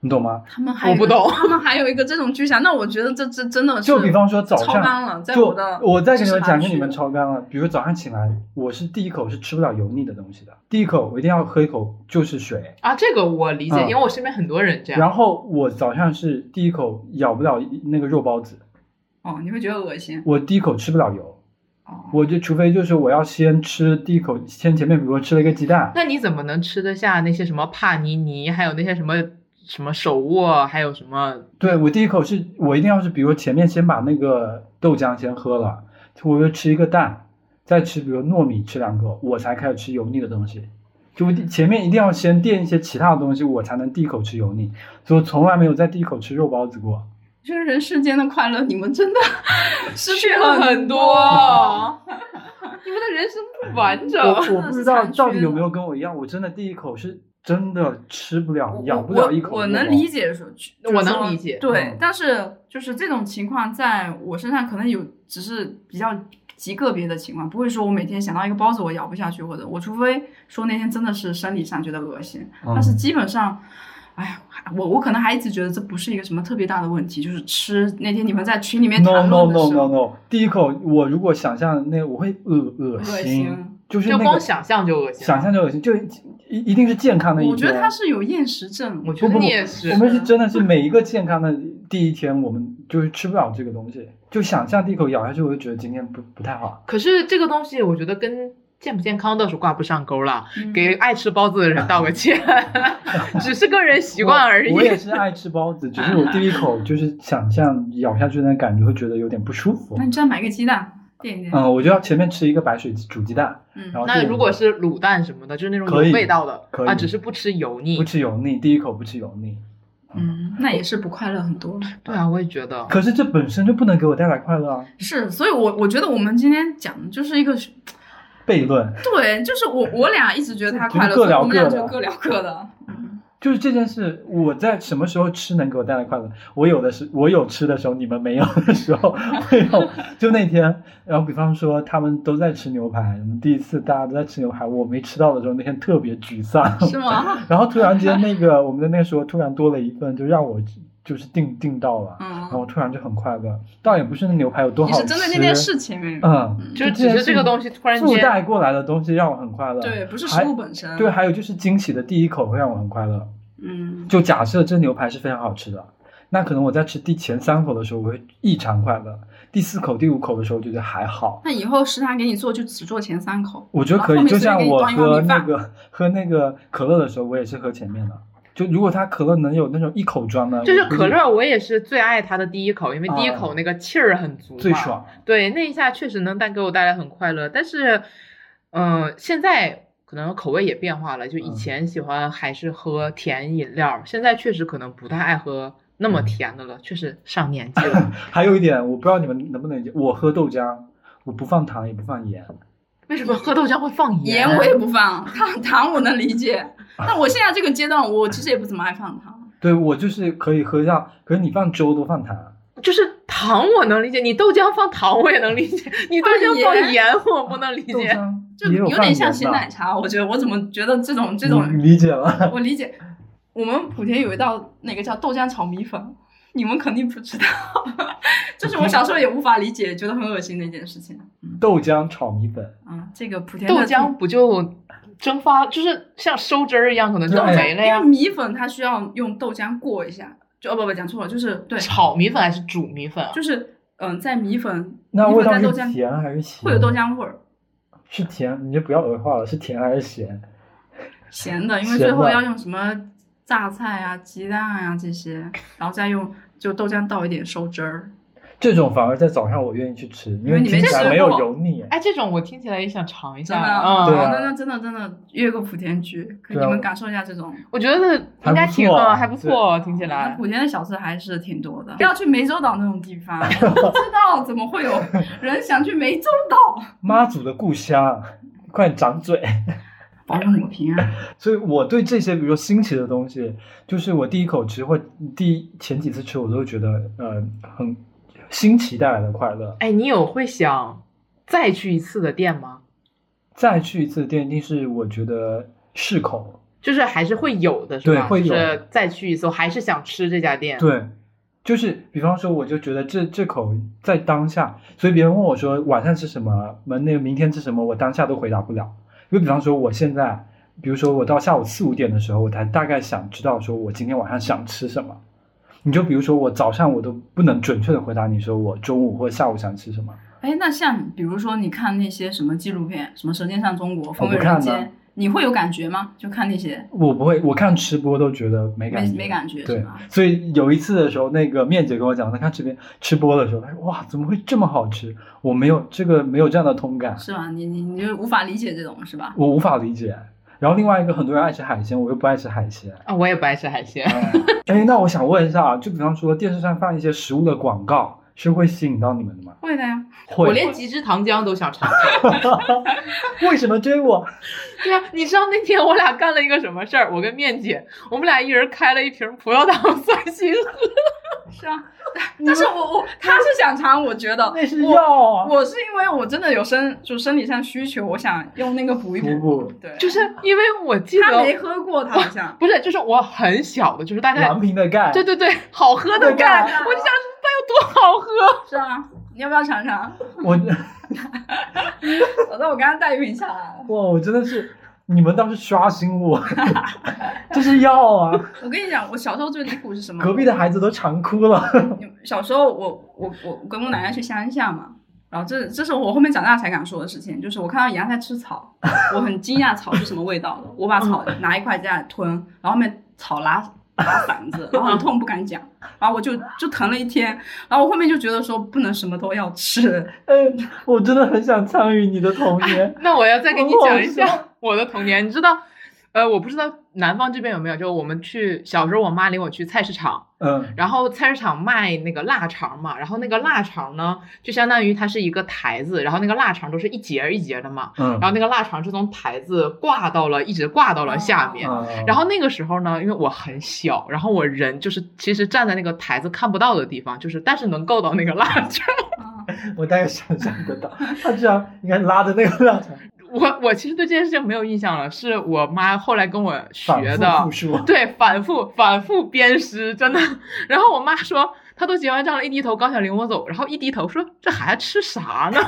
你懂吗？
他们还有
我不
一个
懂
他们还有一个这种居享，那我觉得这这真的是
就比方说早
超纲
上，
了，在
就
我的
我再给你
知识
们讲
盲
个你
区
们超纲了。比如早上起来，我是第一口是吃不了油腻的东西的，第一口我一定要喝一口就是水。
啊，这个我理解，
嗯
因为我身边很多人这样。
然后我早上是第一口咬不了那个肉包子，
哦，你会觉得恶心
我第一口吃不了油，
哦。
我就除非就是我要先吃第一口，先前面比如说吃了一个鸡蛋，
那你怎么能吃得下那些什么帕尼尼，还有那些什么什么手握，还有什么？
对，我第一口是我一定要是，比如前面先把那个豆浆先喝了，我就吃一个蛋，再吃比如糯米吃两口，我才开始吃油腻的东西。就我第前面一定要先垫一些其他的东西，我才能第一口吃油腻。所以我从来没有在第一口吃肉包子过。
就是人世间的快乐，你们真的 失去
去了很
很
多你们的人生不完
我
整。
我不知道
哦 残缺
到底有
的
没有跟我一样，我真的第一口是真的吃不了
我，
咬不了一口
我。
肉
我
包
能理解说，就是
我能
说
理解
对
嗯，
但是就是这种情况在我身上可能有，只是比较极个别的情况，不会说我每天想到一个包子我咬不下去，或者我除非说那天真的是生理上觉得恶心，但是
嗯
基本上。哎呀，我我可能还一直觉得这不是一个什么特别大的问题，就是吃那天你们在群里面
No
谈
no
论的
no
时
no
候，
no！第一口我如果想象那我会恶恶
恶
心，
心。
就是
就
那
光
个
想象就恶心了。
想象就恶心，就一一定是健康的一天。
我觉得他是有厌食症，
我觉得
不不
你
不
也是嗯
我。们是真的是每一个健康的第一天，我们就是吃不了这个东西，就想象第一口咬下去，我就觉得今天不不太好。
可是这个东西，我觉得跟健不健康倒是挂不上钩了。
嗯
给爱吃包子的人道 个歉，只是个人习惯而已
我。我也是爱吃包子，只是我第一口就是想象咬下去那感觉，会觉得有点不舒服
那。你再买个鸡蛋垫一垫。
嗯，我就要前面吃一个白水煮鸡蛋，
嗯
然后
那
第五
如果是卤蛋什么的，就是那种
可以
有味道的
可以
啊，只是不吃油腻
不。吃油腻，第一口不吃油腻。
嗯，那也是不快乐很多。
对啊，我也觉得。
可是这本身就不能给我带来快乐啊！
是，所以我我觉得我们今天讲的就是一个，
悖论
对，就是我我俩一直觉得他快
就
乐，
是各聊
所以我们俩
各的
就各聊各的。 嗯
就是这件事，我在什么时候吃能给我带来快乐？我有的是，我有吃的时候，你们没有的时候，会有。 就那天，然后比方说他们都在吃牛排，我们第一次大家都在吃牛排，我没吃到的时候，那天特别沮丧。
是吗？
然后突然间，那个我们的那个时候突然多了一份，就让我就是订订到了，然后
嗯，
我突然就很快乐。倒也不是那牛排有多
你
好吃，
是针对那件事情，
嗯，
就只是这个东西突然
附
间，
带过来的东西让我很快乐。
对，不是
还
食物本身。
对，，啊还有就是惊喜的第一口会让我很快乐。
嗯，
就假设这牛排是非常好吃的，那可能我在吃第前三口的时候，我会异常快乐；第四口、第五口的时候，我觉得还好。
那以后食堂给你做就只做前三口，
我觉得可
啊
以，
后面
就像我
随便给你
喝
端一碗米
那
饭
个喝那个可乐的时候，我也是喝前面的。就如果它可乐能有那种一口装的，
就是
我估计
可乐，我也是最爱它的第一口，因为第一
啊
口那个气儿很足嘛，
最爽。
对，那一下确实能带给我带来很快乐，但是，嗯、现在可能口味也变化了，就以
嗯
前喜欢还是喝甜饮料，现在确实可能不太爱喝那
嗯
么甜的了，确实上年纪 了。
还有一点，我不知道你们能不能理解，我喝豆浆，我不放糖也不放盐，
为什么喝豆浆会放
盐 我也不放，糖糖我能理解。但我现在这个阶段，我其实也不怎么爱放糖。
对我就是可以喝上，可是你放粥都放糖，
就是糖我能理解，你豆浆放糖我也能理解，你豆浆
放
放盐我不能理
豆
解。
浆
就
也有
有
放
点像
盐嗯
醒奶
的。
茶。我觉得我怎么觉得这种这种，
你理解了，
我理解。我们莆田有一道那个叫豆浆炒米粉，你们肯定不知道， 就是我小时候也无法理解，觉得很恶心的一件事情。
豆浆炒米粉，
嗯，这个莆田
豆
的
浆不就蒸发，就是像收汁儿一样，可能就
对
没了
因
呀
为。米粉它需要用豆浆过一下，就哦不不讲错了，就是对，
炒米粉还是煮米粉啊？
就是嗯，在米粉
那
米
味
粉
道
在豆
是
浆
甜还是咸？
会有豆浆味儿，
是甜，你就不要恶化了，是甜还是咸？
咸的，因为
咸
最后
的
要用什么榨菜啊、鸡蛋啊这些，然后再用就豆浆倒一点收汁儿。
这种反而在早上我愿意去吃，因
因为你
听
没
起来
吃
没有
过
油腻。
哎，这种我听起来也想尝一
真
下。
的，
嗯，
对啊
哦那那真的真的越过莆田去，可
对啊
你们感受一下这种。
我觉得应该挺
还不错啊
嗯还不错，听起
那
来。
莆田的小吃还是挺多的，不要去湄洲岛那种地方，不知道怎么会有人想去湄洲岛。
妈祖的故乡，快点长嘴。
保重我平啊安。
所以我对这些，比如说新奇的东西，就是我第一口吃或第一前几次吃，我都会觉得呃很新奇带来的快乐。
哎，你有会想再去一次的店吗？
再去一次店，一定是我觉得适口。
就是还是会有的，是
对
吧？
会有
就是再去一次，我还是想吃这家店。，
对，就是比方说，我就觉得这这口在当下，所以别人问我说晚上吃什么，那个明天吃什么，我当下都回答不了。就比方说，我现在，比如说我到下午四五点的时候，我才大概想知道说我今天晚上想吃什么。你就比如说我早上我都不能准确的回答你说我中午或下午想吃什么，
哎，那像比如说你看那些什么纪录片，什么《舌尖上中国》《
我
风
哦不
味
看
人
呢
间》，你会有感觉吗？就看那些
我不会，我看吃播都觉得没感
没
觉，
没感觉是
对
吧？，
所以有一次的时候，那个面姐跟我讲，她看这边吃播的时候，她说哇，怎么会这么好吃？我没有这个没有这样的同感，
是吧？你你你就无法理解这种是吧？
我无法理解。然后另外一个，很多人爱吃海鲜，我又不爱吃海 鲜。
啊，我也不爱吃海鲜。
哎，那我想问一下啊，就比方说电视上放一些食物的广告，是会吸引到你们的吗？
会的呀，
我
会。
连极致糖浆都想尝。
为什么追我？
对啊，你知道那天我俩干了一个什么事儿？我跟面姐，我们俩一人开了一瓶葡萄糖酸杏仁。
是啊。但是我我他是想尝，我觉得
那是
我
药啊！
我是因为我真的有生就生理上需求，我想用那个补一
补
补。
补
对，
就是因为我记
他没
得，补
喝过，他好像。
不是，就是我很小的，哎就是大概
蓝瓶的 钙，
对对对，好喝
对
的钙，
钙
我就想它有多好喝。
是啊，你要不要尝尝？
我
搞得我刚刚带晕下来了。
哇，我真的是你们倒是刷新 我，这是药啊！
我跟你讲，我小时候最离谱是什么？
隔壁的孩子都馋哭了。
你小时候我我我我跟我奶奶去乡下嘛，然后这这是我后面长大才敢说的事情，就是我看到杨在吃草，我很惊讶草是什么味道的，我把草拿一块这样吞，然后后面草拉拉嗓子，然后很痛不敢讲，然后我就就疼了一天，然后我后面就觉得说不能什么都要吃，
嗯，我真的很想参与你的童年。
那我要再给你
好好
讲一下
笑
我的童年，你知道，呃，我不知道南方这边有没有，就我们去小时候，我妈领我去菜市场。
嗯，
然后菜市场卖那个腊肠嘛，然后那个腊肠呢，就相当于它是一个台子，然后那个腊肠都是一节儿一节儿的嘛，
嗯
然后那个腊肠是从台子挂到了，一直挂到了下
哦
面。
啊
然后那个时候呢，因为我很小，然后我人就是其实站在那个台子看不到的地方，就是但是能够到那个腊肠。
啊，
我大概想象得到，他居然应该拉着那个让他
我我其实对这件事情没有印象了，是我妈后来跟我
反
学的
复复。述。
对，反复反复鞭尸，真的。然后我妈说，她都结完账了，一低头刚想领我走，然后一低头说，这孩子吃啥呢？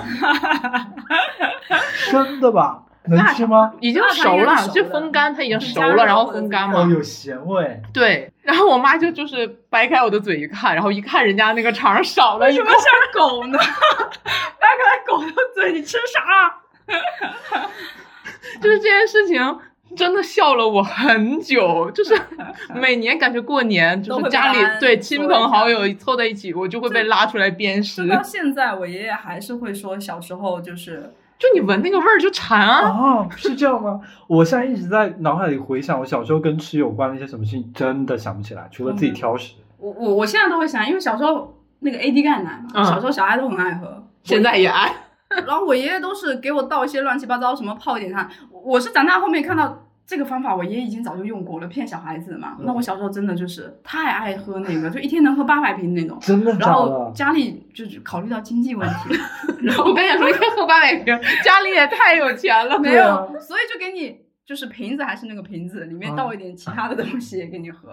真的吧？能吃吗？
已经
那她
熟
应该
了，
是熟
就
的
风干，它已经
你
熟
加
了，
热
然后
过的
风
那
干
种
哦，
嘛。
有咸味。
对，然后我妈就就是掰开我的嘴一看，然后一看人家那个肠儿少了
为
一
什
块
么，像狗呢？掰开狗的嘴，你吃啥？
就是这件事情。真的笑了我很久，就是 每年感觉过年，就
都
是
会被
家里
大家
对
说
亲
一
朋
下
好友凑在一起，我就会被拉出来鞭尸
就。到现在，我爷爷还是会说小时候就是
就你闻那个味儿就馋啊，
哦，是这样吗？我现在一直在脑海里回想我小时候跟吃有关的一些什么事情，真的想不起来，除了自己挑食。
我我我现在都会想，因为小时候那个 AD 钙奶嘛，
嗯
小时候小孩都很爱 喝。
现在也爱。
然后我爷爷都是给我倒一些乱七八糟什么泡一点糖，我是长大后面看到这个方法我爷已经早就用过了，骗小孩子嘛。
嗯
那我小时候真的就是太爱喝那个，就一天能喝八百瓶那种。
真的
然
假
后
的？
家里就是考虑到经济问题， 然后
我跟你说，一天喝八百瓶，家里也太有钱了。
没
对啊
有，所以就给你就是瓶子还是那个瓶子，里面
啊
嗯
倒一点其他的东西给你喝。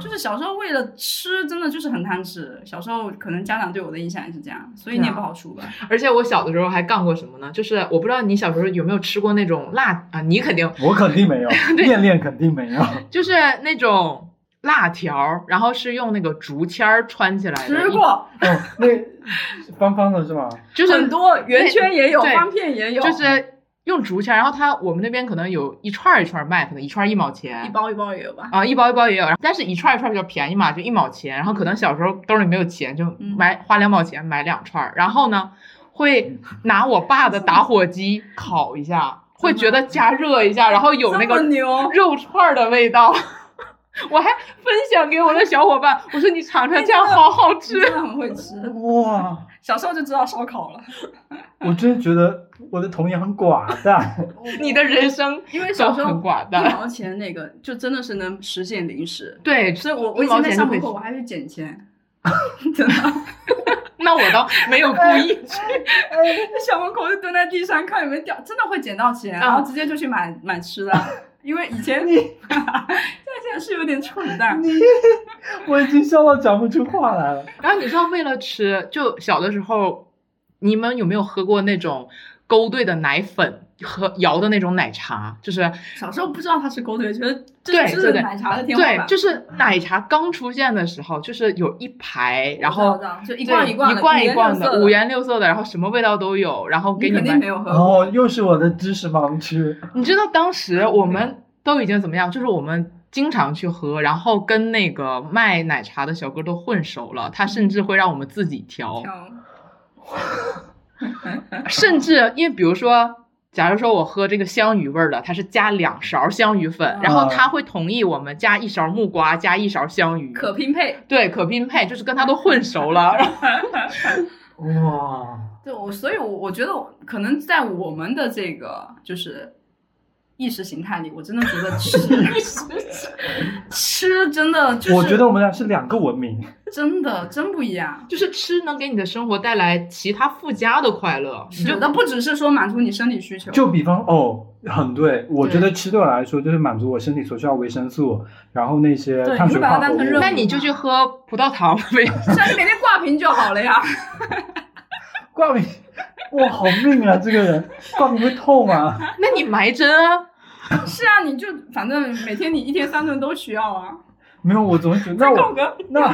就是小时候为了吃，真的就是很贪吃。小时候可能家长对我的印象也是这样，所以你也
对啊
不好处吧。
而且我小的时候还干过什么呢？就是我不知道你小时候有没有吃过那种辣啊，你肯定
我肯定 没有，恋恋肯定没有。
就是那种辣条儿，然后是用那个竹签儿穿起来的，
吃过，
嗯，那方方的是吗？
就是
很多圆圈也有，
对
方片也有，
就是用竹签儿，然后它我们那边可能有一串儿一串儿卖，可能一串儿一毛钱，
一包一包也有吧。
啊，一包一包也有，然后但是一串一串比较便宜嘛，就一毛钱。然后可能小时候兜里没有钱，就
嗯
买、花两毛钱买两串儿。然后呢，会拿我爸的打火机烤一下，会觉得加热一下，然后有那
这么
个
牛，
肉串儿的味道。 我还分享给我的小伙伴，我说你尝尝，
哎
这样好好吃
你。真的很会吃。
哇，
小时候就知道烧烤了，
我真觉得我的童年很寡淡。
你的人生
因为
都
小时
很
候
寡
一
淡。
毛钱那个就真的是能实现零食。
对，
所以我我
一
以
毛
前在
钱就
上
可
门
以
口我还去捡钱，真的，
那我倒没有故 意去。
在小门口就蹲在地上看有没有掉，真的会捡到钱，
啊
然后直接就去买买吃的。 因为以前嗯 你，嗯现在是有点蠢蛋，
你，我已经笑到讲不出话来了。
然后你知道，为了吃，就小的时候，你们有没有喝过那种勾兑的奶粉和摇的那种奶茶？就是
小时候不知道它是狗腿，觉得这
对
就是
对
奶茶的天花
对，
板。
就是奶茶刚出现的时候，就是有一排，然
我
后
知道我知道就一
一一
罐罐
罐
的
一罐
的，
五颜六色的，然后什么味道都有，然后给
你肯定
们。
没有喝过。
哦，又是我的知识盲区。
你知道当时
嗯
我们都已经怎么样？就是我们。经常去喝，然后跟那个卖奶茶的小哥都混熟了，他甚至会让我们自己调。甚至因为比如说，假如说我喝这个香芋味儿的，它是加两勺香芋粉，
嗯
然后他会同意我们加一勺木瓜，加一勺香芋。
可拼配，
对可拼配，就是跟他都混熟 了。然后
哇，
对我，所以我我觉得我可能在我们的这个就是意识形态里，我真的觉得吃 吃真的就是
我觉得我们俩是两个文明。
真的真不一样。
就是吃能给你的生活带来其他附加的快乐，你
有
就
的不只是说满足你生理需求，
就比方哦，很对，我觉得吃对我来说就是满足我身体所需要维生素，然后那些
对
碳
你
水
会把它
化合
当成热
物
量。
那你就去喝葡萄糖 呗。
像你每天挂瓶就好了呀。
挂名，哇，好命啊！这个人挂名会痛吗？
那你埋针啊？
是啊，你就反正每天你一天三顿都需要啊。
没有，我总觉得那
搞
我
个
那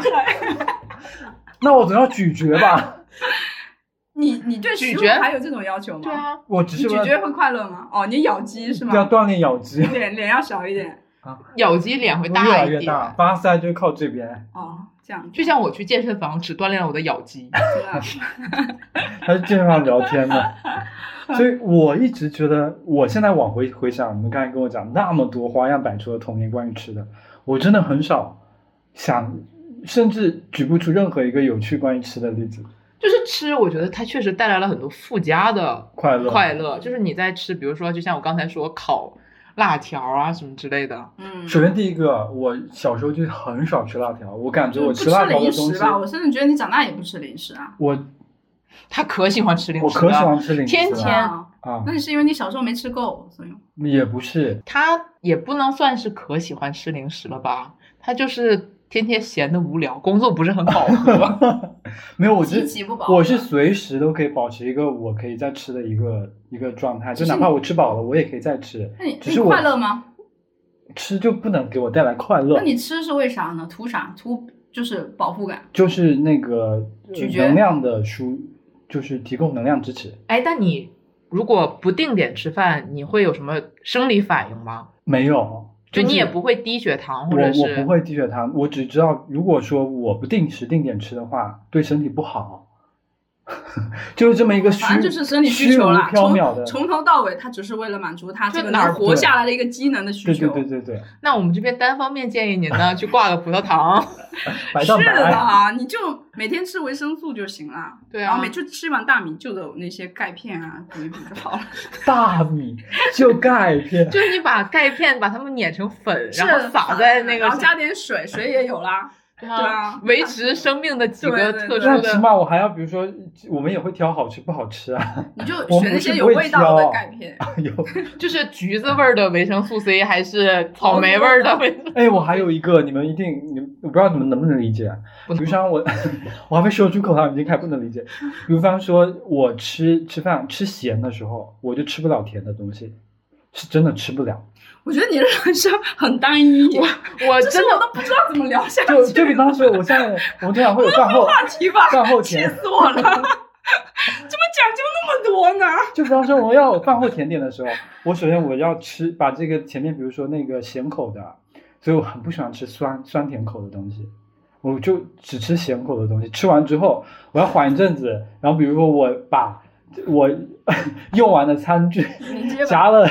那我总要咀嚼吧，
你你对食
咀
物
嚼
还有这种要求吗？
对，啊，
我只
你
是
咀
为了
嚼会快乐吗？哦，你咬肌是
要
吗？
锻炼咬肌，
脸脸要小一点。
咬肌脸会
我哦越来
一
越大，
点。
巴塞就靠这边，
哦，这样啊
就像我去健身房只锻炼了我的咬肌。
真的。
还是经常聊天的。所以我一直觉得，我现在往回回想，你们刚才跟我讲那么多花样百出的童年关于吃的，我真的很少想，甚至举不出任何一个有趣关于吃的例子。
就是吃，我觉得它确实带来了很多附加的
快乐，
快乐，就是你在吃，比如说，就像我刚才说烤辣条啊什么之类的，
嗯，
首先第一个，我小时候就很少吃辣条，我感觉
就
我
嗯不
吃辣条的
零
东
食
西，
吧，我甚至觉得你长大也不吃零食啊。
我
他可喜欢吃零
我
食了。
可喜欢吃零食
天
了
天
啊，
啊
那，你是因为你小时候没吃够，所以
也不是，
他也不能算是可喜欢吃零食了吧？他就是天天闲的无聊，工作不是很 饱和。
没有，我
极
是
其不饱和。
我是随时都可以保持一个我可以再吃的一个一个状态，就
就是哎
哪怕我吃饱了，我也可以再吃，
那你
只
你
是我
快乐吗？
吃就不能给我带来快乐
那，你吃是为啥呢？图啥？图就是饱腹感。
就是那个呃
咀嚼
能量的输，就是提供能量支持，
哎，但你如果不定点吃饭，你会有什么生理反应吗？
没有，
就你也
是
不会低血糖，或
我
者
我
是
不会低血糖，我只知道如果说我不定时定点吃的话，对身体不好。 就是这么一个虚，
反正就是生理
虚
需求
无
啦，
缥缈的
从，从头到尾，他只是为了满足他这
就
个
哪儿
能活下来的一个机能的需
对
求。
对对对对，
那我们这边单方面建议您呢，去挂个葡萄糖。
白蛋
是的
白，
啊，你就每天吃维生素就行了。
对
然
啊
后，每就吃一碗大米，就有那些钙片啊，补一补就好了。
大米就钙片，
就是你把钙片把它们碾成粉， 然
是啊
后撒在那个
然后加点水，水也有啦。
对
对啊
维持生命的几个
对对
特
对
那
殊
起
的。
码我还要，比如说，我们也会挑好吃不好吃啊，
你就
我
选
不
那
是
些
不
有
会
味道的
挑
钙片。
有
就是橘子味儿的维生素 C 还是草莓味儿的维生素？
哎，我还有一个，你们一定，你们我不知道你们能不能理解。
不
比如
能
像我，我还没说出口，啊他们已经开始不能理解。比方说，我吃吃饭吃咸的时候，我就吃不了甜的东西，是真的吃不了。
我觉得你的人生很单一，
我
就是
真
我
的
都不知道怎么聊下去。
就 就比方说，我现在我们经常会有饭后
话题吧，
饭后
气
甜，
死我了！怎么讲究那么多呢？
就比方说我要有饭后甜点的时候，我首先我要吃把这个前面比如说那个咸口的，所以我很不喜欢吃酸酸甜口的东西，我就只吃咸口的东西。吃完之后，我要缓一阵子，然后比如说我把我 用完的餐具
你直接把
夹了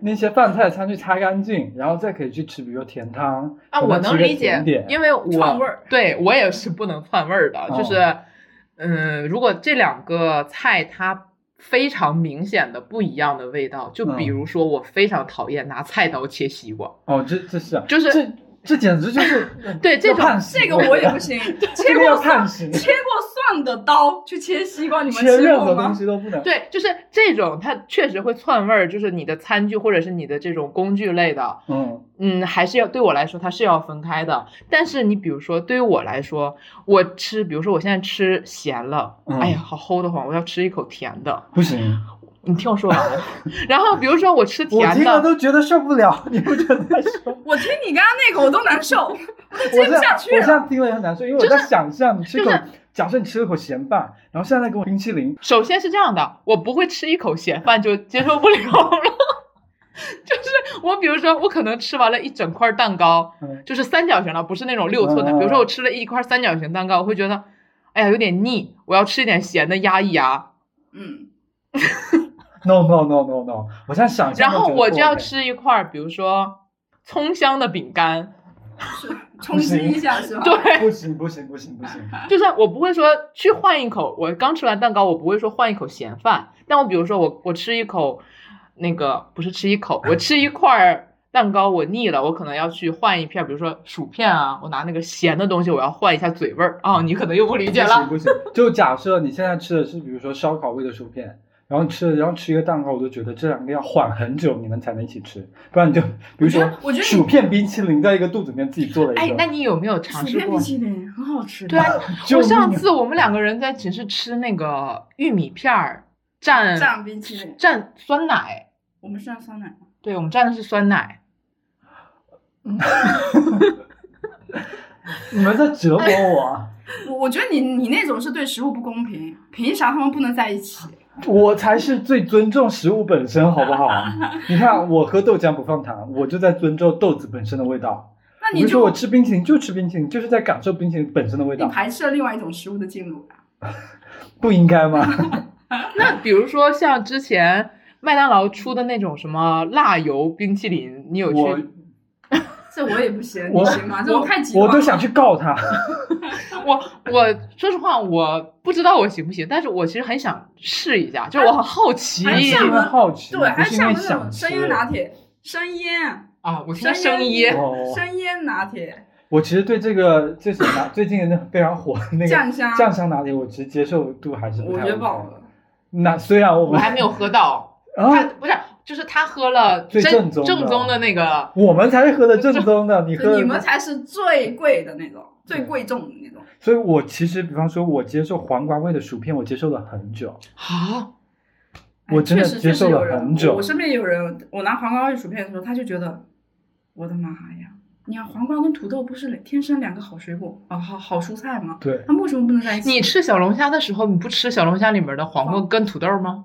那些饭菜餐具擦干净，然后再可以去吃，比如说甜汤
啊，我能理解
甜点，
因为
串味
我
儿
对我也是不能串味儿的，就
哦
是，嗯，如果这两个菜它非常明显的不一样的味道，就比
嗯
如说我非常讨厌拿菜刀切西瓜，
哦，这这是啊
就是
这这简直就是
对这
要
种
判死
这个我 也不行，切
这个要
过
判
蒜，
刑，
切过蒜的刀去切西瓜，你们
切
吃
任
过
何东
吗？
西都不能。
对，就是这种它确实会串味儿，就是你的餐具或者是你的这种工具类的，
嗯，
嗯，还是要对我来说它是要分开的。但是你比如说对于我来说，我吃，比如说我现在吃咸了，
嗯
哎呀，好齁的慌，我要吃一口甜的。
不行，
你听我说完， 然后比如说我吃
我
甜
听了
的，
都觉得受不了， 你不觉得吗？
我听你刚刚那个我都难 受，
我
接不
在
下
我
去
现
了。
在听了也很难受，因为我在想象你吃口
就，
假设你吃了口咸饭，然后现在给我冰淇淋，
首先是这样的，我不会吃一口咸饭就接受不了了。 就是我，比如说我可能吃完了一整块蛋糕，
嗯
就是三角形的，不是那种六寸的。
嗯
比如说我吃了一块三角形蛋糕，我会觉得，哎呀有点腻，我要吃一点咸的啊压一压。
嗯，
，no no no no no，我现在想象
然
都
后
觉得
我
不
就要
OK，
吃一块儿，比如说葱香的饼干，
重新一下是吧？
对，
不行不行不行不行，
就是我不会说去换一口，我刚吃完蛋糕，我不会说换一口咸饭，但我比如说我我吃一口那个不是吃一口，我吃一块儿蛋糕，我腻了，我可能要去换一片儿，比如说薯片啊，我拿那个咸的东西，我要换一下嘴味儿啊、你可能又不理解了，
不行不行，就假设你现在吃的是比如说烧烤味的薯片。然后吃，然后吃一个蛋糕，我就觉得这两个要缓很久，你们才能一起吃，不然你就，比如说
我觉得你
薯片冰淇淋在一个肚子里面自己做了一个，
哎，那你有没有尝
薯
试
片
过
冰？淇淋很好吃的。
对啊，
救
我
命啊
上次我们两个人在寝室吃那个玉米片儿蘸
蘸冰淇淋，
蘸酸奶。
我们是蘸酸奶。
对，我们蘸的是酸奶。
你们在折磨我啊。
我我觉得你你那种是对食物不公平，凭啥他们不能在一起？
我才是最尊重食物本身，好 不好？你看，我喝豆浆不放糖，我就在尊重豆子本身的味道。
那
比
你
如说
就
我吃冰淇淋就吃冰淇淋，就是在感受冰淇淋本身的味
你
道，
排斥了另外一种食物的进入啊。
不应该吗？
那比如说像之前麦当劳出的那种什么辣油冰淇淋，你有
我
去？
这我也不行，
我
你行吗？这种太极端
我
了。
都想去告 他。
我我说实话，我不知道我行不行，但是我其实很想试一下，就是我很好奇
还
你是
厦
因为
门
好奇，
对，
不
还
是因
像
为
那种
想
生
吃。
椰拿铁、生椰、
啊，我听
生
到声音，
哦
生椰拿铁、
我其实对这个最近拿最近那非常火的那个
酱香，
酱香拿铁，我其实接受度还是不
我
太
觉得不
OK
好
的。。那虽然我
我
们
还没有喝到。他
啊，
不是，就是他喝了
最
真
正宗的
正宗的那个，
我们才是喝的正宗的，你喝
就
的
你们才是最贵的那种，最
对
贵重的那种。哎
所以我其实，比方说，我接受黄瓜味的薯片，我接受了很久。
啊，
哎
我真的
确实
接受
确实有
了
人
很久
我身边有人，我拿黄瓜味薯片的时候，他就觉得，我的妈呀！你看黄瓜跟土豆不是天生两个好水果啊、好好蔬菜吗？
对，
他们为什么不能在一起？
你吃小龙虾的时候，你不吃小龙虾里面的黄瓜跟土豆吗？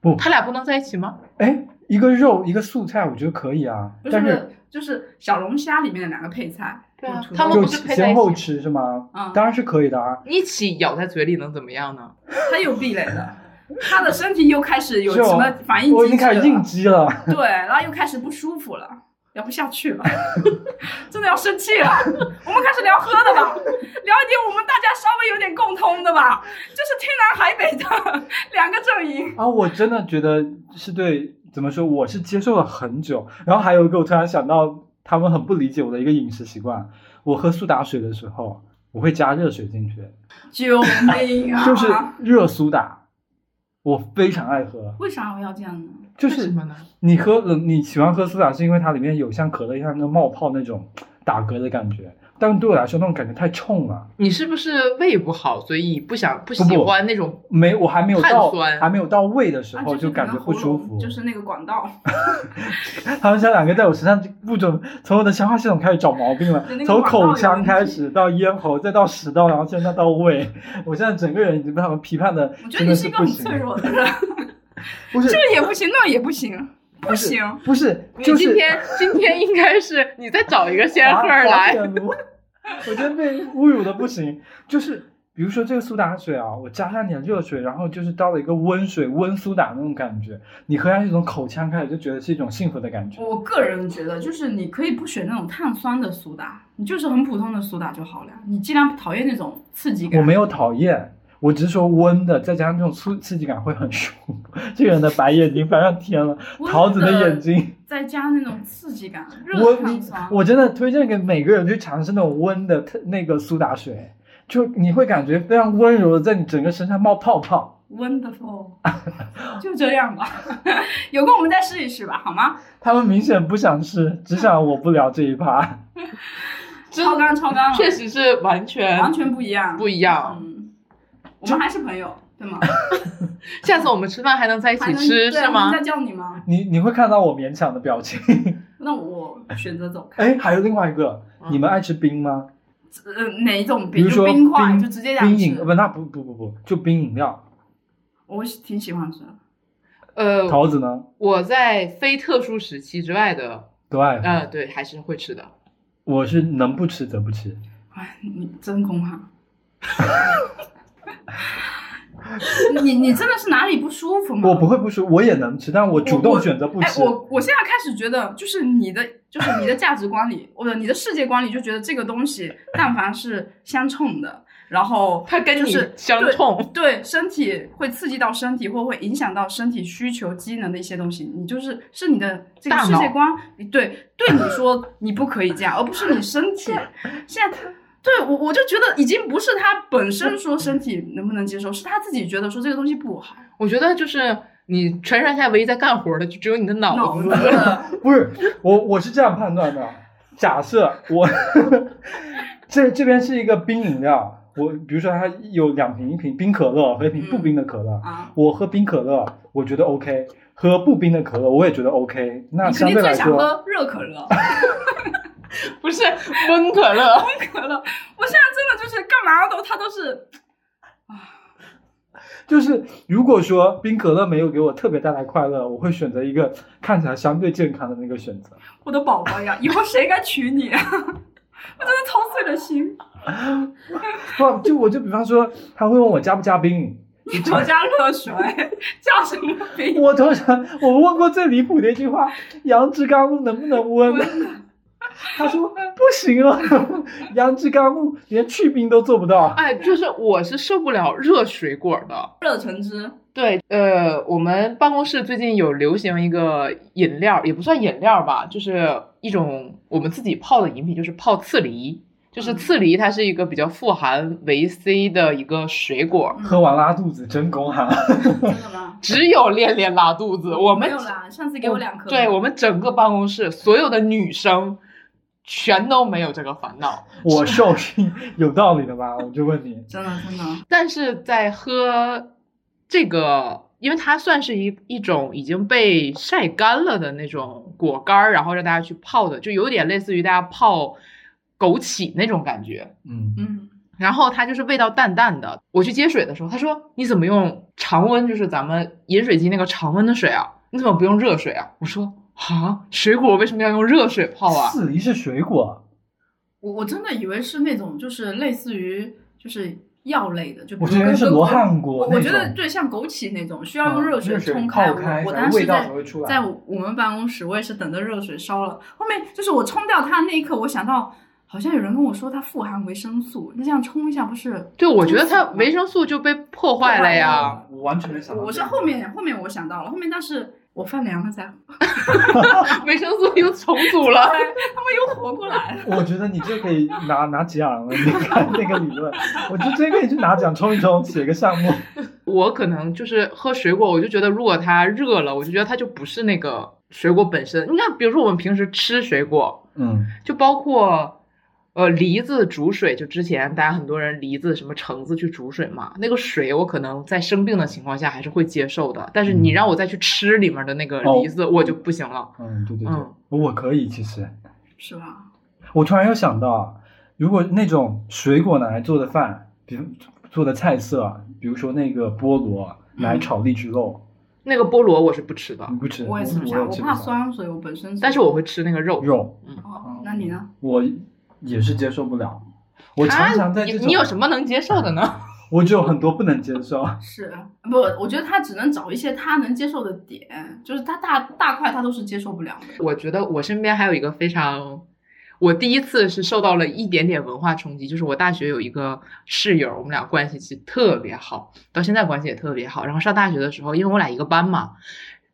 不
他俩不能在一起吗？
哎，一个肉一个素菜，我觉得可以啊。
不是
但
不
是
是就是小龙虾里面的两个配菜，
对啊
有土豆
他们
就
不是配在
先
一
后
起
吃是吗？
嗯
当然是可以的啊。
一起咬在嘴里能怎么样呢？
他有壁垒了，他的身体又开始有
是
什
哦
么反应机制了，
我已经开始应激了，
对，然后又开始不舒服了，聊不下去了， 真的要生气了。我们开始聊喝的吧，聊一点我们大家稍微有点共通的吧，就是天南海北的 两个阵营。
啊！我真的觉得是对，怎么说？我是接受了很久。然后还有一个，我突然想到，他们很不理解我的一个饮食习惯。我喝苏打水的时候，我会加热水进去，
救命 啊！
就是热苏打，我非常爱喝。
为啥我要这样呢？
就
为什
是
么呢？
你喝冷，你喜欢喝苏打，是因为它里面有像可乐一样的冒泡那种打嗝的感觉。但对我来说，那种感觉太冲了。
你是不是胃不好，所以不想不喜
不
欢那种？
没，我还没有到
碳酸
还没有到胃的时
啊，
候，
就是可
感觉
能
不
喉
舒
咙
服。
就是那个管道，
他们现在两个在我身上不准，从我的消化系统开始找毛病了
对那，个
从口
广告有问
腔
题
开始到咽喉，再到食道，然后现在到胃。 我现在整个人已经被他们批判的
我觉
真
得你
的
是一个
不
很
行
脆
了，
弱的人，
不是
这也不行，那也不行，不
不是
行。
不是，
你
就是
今天今天应该是你再找一个仙
滑
鹤
滑
来，
铁卢， 我真被侮辱的不行。就是比如说这个苏打水啊，我加上点热水，然后就是到了一个温水温苏打那种感觉，你喝下去从口腔开始就觉得是一种幸福的感觉。
我个人觉得，就是你可以不选那种碳酸的苏打，你就是很普通的苏打就好了。你尽量讨厌那种刺激感。
我没有讨厌，我只是说温的，再加上这种刺刺激感会很舒服。这个人的白眼睛翻上天了，
温
桃子的
的
眼睛，
再加那种刺激感，热
我
碳
你
酸。
我真的推荐给每个人去尝试那种温的特那个苏打水，就你会感觉非常温柔的在你整个身上冒泡泡。
Wonderful，就这样吧，有空我们再试一试吧，好吗？
他们明显不想试，只想我不聊这一趴。
真
超纲超纲了，
确实是完全
完全不一样，
不一样。
嗯，我们还是朋友，对吗？
下次我们吃饭还能在一
还
起
能
吃
对
是
还能
吗？
再叫你吗？
你你会看到我勉强的表情。
那我选择走开。
哎，还有另外一个，你们爱吃冰吗？
呃，哪一种
比
冰？
如
就
说
嗯冰块，
冰
就直接这样
冰饮呃
吃。
不，那不不不不，就冰饮料。
我挺喜欢吃的。
呃，
桃子呢？
我在非特殊时期之外的，
对，
嗯
呃，对，还是会吃的。
我是能不吃则不吃。
哎，你真空哈。你你真的是哪里不舒服吗？
我不会不吃，我也能吃，但我主动选择不
哎，
吃。
我我现在开始觉得，就是你的，就是你的价值观里，或者你的世界观里，就觉得这个东西，但凡是相冲的，然后
它跟
就
你
是
相冲，
对身体会刺激到身体，或会影响到身体需求机能的一些东西，你就是是你的这个
大
世
脑
界观，对对你说你不可以这样，而不是你身体现在。对我，我就觉得已经不是他本身说身体能不能接受，是他自己觉得说这个东西不好，
我觉得就是你全山下唯一在干活的，就只有你的脑
脑
子
子。
不是我，我是这样判断的：假设我 这这边是一个冰饮料，我比如说它有两瓶，一瓶冰可乐和一瓶不冰的可乐。
啊，
我喝冰可乐，我觉得 OK；喝不冰的可乐，我也觉得 OK。那
你肯
相
定
对
最
来
想
说，
喝 热可乐。
不是温可乐，
可乐，我现在真的就是干嘛都他都是
就是如果说冰可乐没有给我特别带来快乐，我会选择一个看起来相对健康的那个选择。
我的宝宝呀，以后谁该娶你啊？ 我真的操碎了 心，
不，就我就比方说，他会问我加不加冰，
你多加热水，加什么冰？
我通常我问过最离谱的一句话：杨枝甘露能不能温？他说不行啊， 杨枝甘露连去冰都做不到。
哎，就是我是受不了热水果的。
热橙汁，
对，呃，我们办公室最近有流行一个饮料，也不算饮料吧，就是一种我们自己泡的饮品，就是泡刺梨。就是
嗯
刺梨，它是一个比较富含维 C 的一个水果，
喝完拉肚子真啊公寒，
真的吗？
只有恋恋拉肚子。我们
没有啦，上次给我两颗。
对我们整个办公室所有的女生全都没有这个烦恼，
我 受训有道理的吧？我就问你，
真的真的，
但是在喝这个，因为它算是一一种已经被晒干了的那种果干儿，然后让大家去泡的，就有点类似于大家泡枸杞那种感觉。
嗯，
嗯，
然后它就是味道淡淡的。我去接水的时候，他说：“你怎么用常温，就是咱们饮水机那个常温的水啊？你怎么不用热水啊？”我说：“啊，水果为什么要用热水泡啊？
刺梨是水果，
我我真的以为是那种就是类似于就是药类的，就比
我
如
觉
跟
得是
跟
罗
枸
汉果
我
那
我觉得
种
对，像枸杞那种需要用
嗯
热水
水
冲
泡
开。我我
然
当
后
时
味道才
在
会出来。
在我我们办公室，我也是等着热水烧了。后面就是我冲掉它那一刻，我想到好像有人跟我说它富含维生素，那这样冲一下不是？
对，我觉得它
这么小
维生素就被破坏了呀。
啊我完全没想到这个。
我是后面后面我想到了，后面但是我犯凉了才，
维生素又重组了。
他们又活过来了。
我觉得你这可以拿 拿奖了，你看那个理论，我觉得这可以去拿奖冲一冲，写个项目。
我可能就是喝水果，我就觉得如果它热了，我就觉得它就不是那个水果本身。你看，比如说我们平时吃水果，
嗯，
就包括呃梨子煮水，就之前大家很多人梨子什么橙子去煮水嘛，那个水我可能在生病的情况下还是会接受的，但是你让我再去吃里面的那个
嗯哦
梨子，我就不行了。
嗯，对对对，
嗯
我可以。其实
是吧？
我突然又想到啊，如果那种水果拿来做的饭，比如做的菜色啊，比如说那个菠萝拿
嗯
来炒荔枝肉，
那个菠萝我是不吃的
你，不吃，
我也吃不
我
下，
也
我
吃
怕
下
酸，所以我本身
但是我会吃那个肉。
肉，
哦，那你呢？
我也是接受不了。我
啊
常常在
你
这种，
你有什么能接受的呢？
我就有很多不能接受。
是不？我觉得他只能找一些他能接受的点，就是他大大块他都是接受不了的。
我觉得我身边还有一个非常，我第一次是受到了一点点文化冲击，就是我大学有一个室友，我们俩关系是特别好，到现在关系也特别好。然后上大学的时候，因为我俩一个班嘛，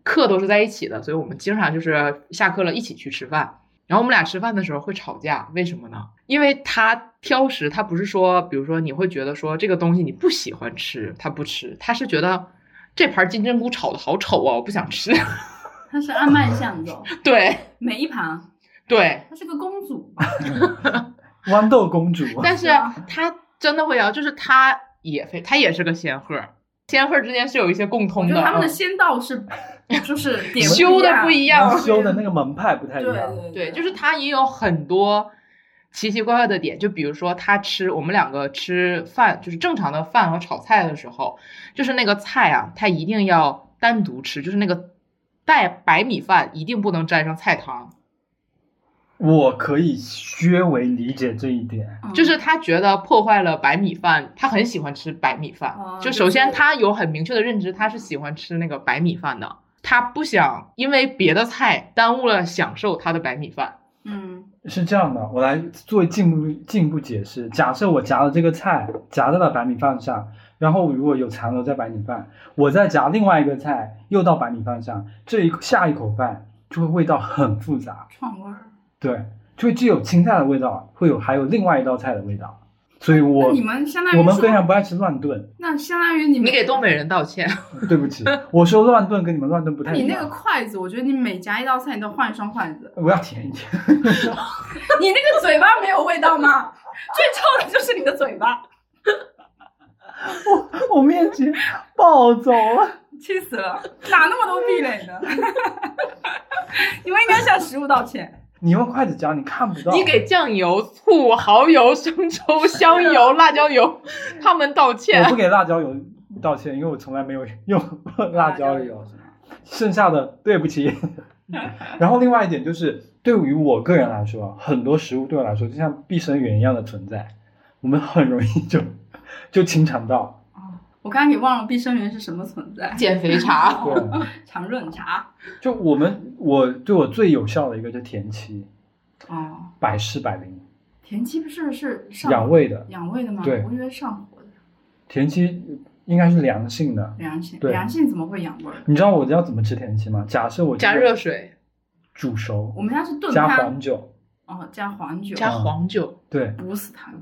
课都是在一起的，所以我们经常就是下课了一起去吃饭。然后我们俩吃饭的时候会吵架，为什么呢？因为他挑食，他不是说，比如说你会觉得说这个东西你不喜欢吃，他不吃，他是觉得这盘金针菇炒的好丑啊，我不想吃。
他是按卖相走，
对
每一盘，
对，
她是个公主吧？
豌豆公 主，
但是
是啊
他真的会摇，就是他也非他也是个仙鹤，仙鹤之间是有一些共
我
通
觉
的
得他们的
啊，
仙道是就是点
修的
不
不
一
一
样
样
能。修的那个门派不太一
对
样。
对
对，就是他也有很多奇奇怪怪的点，就比如说他吃我们两个吃饭，就是正常的饭和炒菜的时候，就是那个菜啊，他一定要单独吃，就是那个带白米饭一定不能沾上菜汤。
我可以略微理解这一点，
嗯
就是他觉得破坏了白米饭，他很喜欢吃白米饭。
哦
就首先
就是
他有很明确的认知，他是喜欢吃那个白米饭的，他不想因为别的菜耽误了享受他的白米饭。
嗯
是这样的，我来做进一步进一步解释。假设我夹了这个菜，夹在了白米饭上，然后如果有残留在白米饭，我再夹另外一个菜，又到白米饭上，这一下一口饭就会味道很复杂，
串味儿。
对，就会既有青菜的味道，会有还有另外一道菜的味道，所以
那
我
哎你们相当于
我们
说
非常不爱吃乱炖，
那相当于你们
你给东北人道歉，
对不 起，我说乱炖跟你们乱炖不太
你
一
那个
样，
筷子，我觉得你每夹一道菜，你都换一双筷子。
我要舔一舔。
你那个嘴巴没有味道吗？ 最臭的就是你的嘴巴，
我面前暴走了。
气死了！哪那么多壁垒呢？ 你们应该向食物道歉。
你用筷子夹，你看不到。
你给酱油、醋、蚝油、生 抽、香油、辣椒油，他们道
我
歉。
不给辣椒油道歉，因为我从来没有用过 辣
啊
椒油。
是吧
剩下的对不起。然后另外一点就是，对于我个人来说，啊很多食物对我来说就像毕生缘一样的存在，我们很容易就就清肠道。
啊我刚刚给忘了毕生园是什么存在，
减肥 茶，
对，
常润茶。
就我们我对我最有效的一个就是田七，
哦，
百试百灵，
田鸡不是是上
养胃的。
养胃的吗？
对
我以为上火的。
田七应该是良性的。
良性，
对
良性怎么会养胃？
你知道我要怎么吃田七吗？假设我
加
这个
热水，
煮熟，
我们家是炖
加
汤
黄，酒。
哦，加黄酒，
加黄酒。
对，
补死它。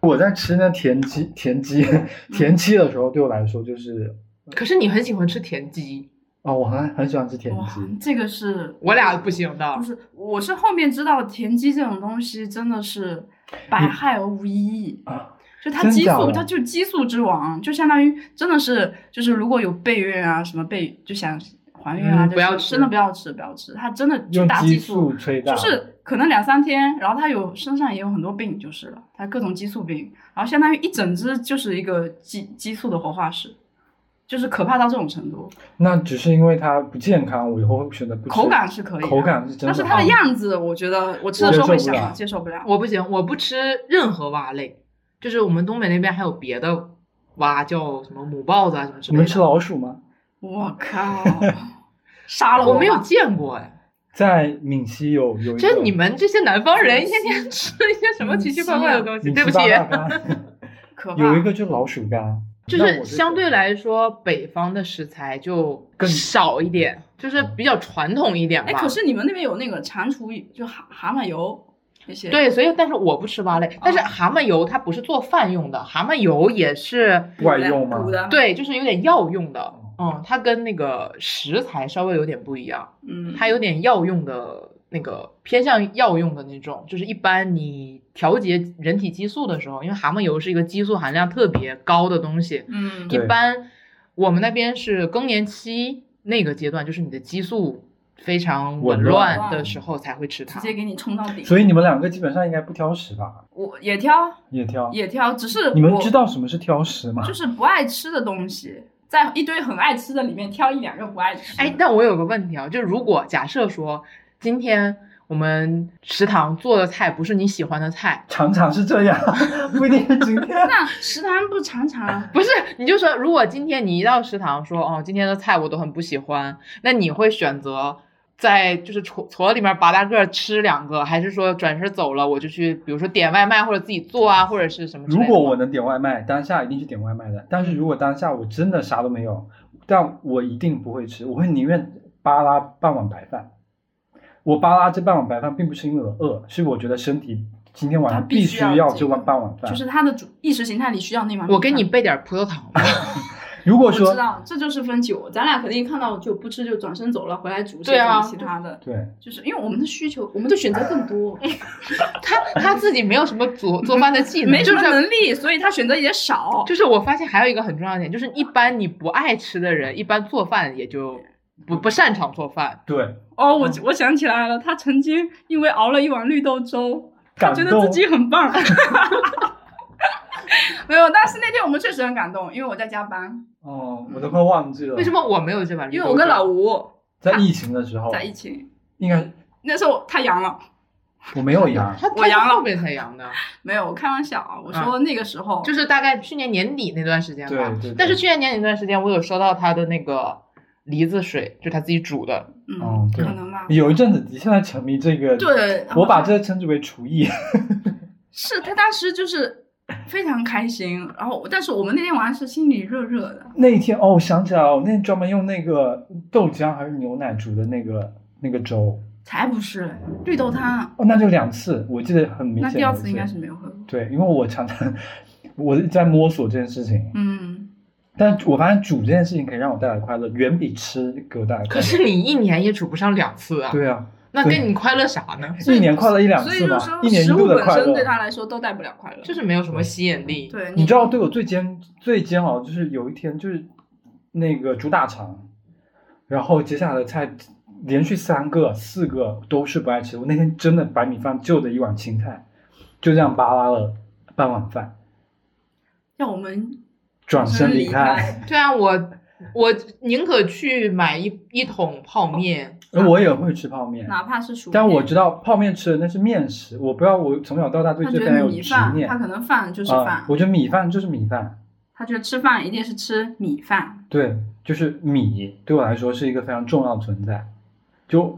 我在吃那田鸡、田鸡、
嗯
田鸡的时候，对我来说就是
可是你很喜欢吃田鸡，
啊、我很很喜欢吃田
哇
鸡。，
这个是
我俩不行的
不。是，我是后面知道田鸡这种东西真的是百害而无一益，
啊，
就它
真
激
假
素，
的
它就激素之王，就相当于真的是就是如果有备孕啊什么备就想怀孕啊，
嗯
就
不要
是
吃
真的不要吃，不要吃，它真的就
用
打
激
素
素，催大，
就是可能两三天，然后它有身上也有很多病就是了，它各种激素病，然后相当于一整只就是一个激激素的活化石。就是可怕到这种程度。
那只是因为它不健康，我以后会选择不吃。
口感是可以的，
口感是真的
但是它的样子，我觉得我吃的时候会想接受不 了。
我不行，我不吃任何蛙类，就是我们东北那边还有别的蛙，叫什么母豹子啊什么之
你
类
们吃
的。
老鼠吗？
我靠，杀了
我
我
没有
吧
见过哎，
在闽西有有一
这
个
你们这些南方人一天天吃一些什么奇奇怪怪的东西？
闽
对不
西
起，
八大 干
可怕。
有一个就是老鼠 干，
就是相对来说北方的食材就
更
少一点，就是比较传统一点吧。
哎，可是你们那边有那个蟾蜍，就蛤蛤蟆油那些，，
对，所以但是我不吃蛙类，但是蛤蟆油它不是做饭用的，蛤蟆油也是
外用吗
补？的，
对，就是有点药用的。嗯，它跟那个食材稍微有点不一样，
嗯，
它有点药用的那个偏向药用的那种，就是一般你调节人体激素的时候，因为蛤蟆油是一个激素含量特别高的东西，
嗯
一
对
般我们那边是更年期那个阶段，就是你的激素非常紊
紊乱
乱的时候才会吃它
直。接给你冲到底。
所以你们两个基本上应该不挑食吧？
我也挑
也挑。
也挑，只是
你们
我
知道什么是挑食吗
就？是不爱吃的东西，在一堆很爱吃的里面挑一两个不爱吃的。
哎，但我有个问题啊，就如果假设说今天我们食堂做的菜不是你喜欢的菜，
常常是 这样，不一定是今天。
那食堂不 常常
不是你就说，如果今天你一到食堂说哦今天的菜我都很不喜欢，那你会选择？在就是矬矬里面拔大个儿吃两个，还是说转身走了我就去，比如说点外卖或者自己做啊，或者是什么之类
如
的吗？
果我能点外卖，当下一定是点外卖的。但是如果当下我真的啥都没有，但我一定不会吃，我会宁愿扒拉半碗白饭。我扒拉这半碗白饭，并不是因为我饿，是我觉得身体今天晚
它
上
必
必
须
须
要
要
这
这
个
碗半碗饭。
就是他的主意识形态里需要那碗米饭。
我给你备点葡萄糖 吧。
如果
我知
说
道，这就是分歧。我咱俩肯定看到就不吃就转身走了，回来煮些
对啊
其他的，
对，
就是因为我们的需求，我们的选择更多，
他他自己没有什么做做饭的技能，
没什
就
么
是
能力，所以他选择也少。
就是我发现还有一个很重要的点，就是一般你不爱吃的人，一般做饭也就不不擅长做饭。
对，
哦，
嗯
我我想起来了，他曾经因为熬了一碗绿豆粥，他
感
觉
动
得自己很 棒。没有，但是那天我们确实很感动，因为我在加班，
哦，我都快忘记了。
为什么我没有这碗绿
因
豆粥？
为我跟老
哦
吴
在疫情的时候，
在一起，
应该
那时候他阳了，
我没有阳，
他
我阳了
后面才 阳的，
没有，我开玩笑啊，我
嗯
说那个时候、
就是大概去年年底那段时间吧。
对对对
但是去年年底那段时间，我有收到他的那个梨子水，就他自己煮的。
嗯
哦，对
可能吧，
有一阵子的确在沉迷这个，
对，嗯
我把这称之为厨艺。
是他当时就是非常开心，然后但是我们那天晚上是心里热热的，
那一天哦，我想起来了，我那天专门用那个豆浆还是牛奶煮的那个那个粥，
才不是绿豆汤，
哦，那就两次，我记得很明
那
显。
第二次应该是没有喝过，
对，因为我常常我在摸索这件事情，
嗯，
但我发现煮这件事情可以让我带来快乐，远比吃给我带来快
可
乐。
是你一年也煮不上两次啊，
对啊，
那跟你快乐啥呢？
一年快乐一两
所以
次
就是
吧，
说
一年一
食物
度的
本
快
身
乐
对。他来说都带不了快乐，
就是没有什么吸引力。
对，
你知道对我最煎最煎熬就是有一天就是那个猪大肠，然后接下来的菜连续三个四个都是不爱吃。我那天真的白米饭就的一碗青菜，就这样扒拉了半碗饭，
要我们
转身离
离
开。，
对啊，我我宁可去买一一桶泡面，
而 我也会吃泡面，
哪怕是熟面，
但我知道泡面吃的那是面食，我不知道我从小到大对
他
这
觉
边
得
有
米
执
饭，
念
他可能饭就是
啊
饭，，
我觉得米饭就是米饭。
他觉得吃饭一定是吃米饭，
对，就是米对我来说是一个非常重要的存在。就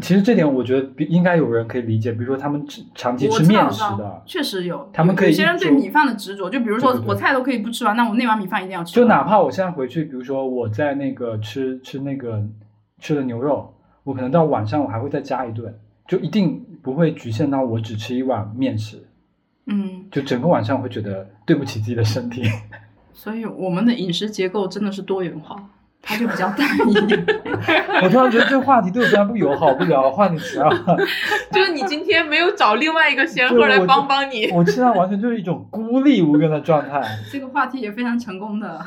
其实这点，我觉得比应该有人可以理解，比如说他们吃长期
我
吃
知道
面
知
食
道
的，，
确实有，
他们
有
可以
有些人
一
对
周
米饭的执着，就比如说
对对对
我菜都可以不吃完，那我那碗米饭一定要吃
就
完，
哪怕我现在回去，比如说我在那个吃吃那个吃了牛肉，我可能到晚上我还会再加一顿，就一定不会局限到我只吃一碗面食，
嗯，
就整个晚上我会觉得对不起自己的身体。
所以我们的饮食结构真的是多元化，它就比较单一。
我突然觉得这个话题对我非常不友好，我不聊了，换你啊其他话题。
就是你今天没有找另外一个仙鹤
对
来
我
帮帮你。
我现在完全就是一种孤立无援的状态。
这个话题也非常成 功的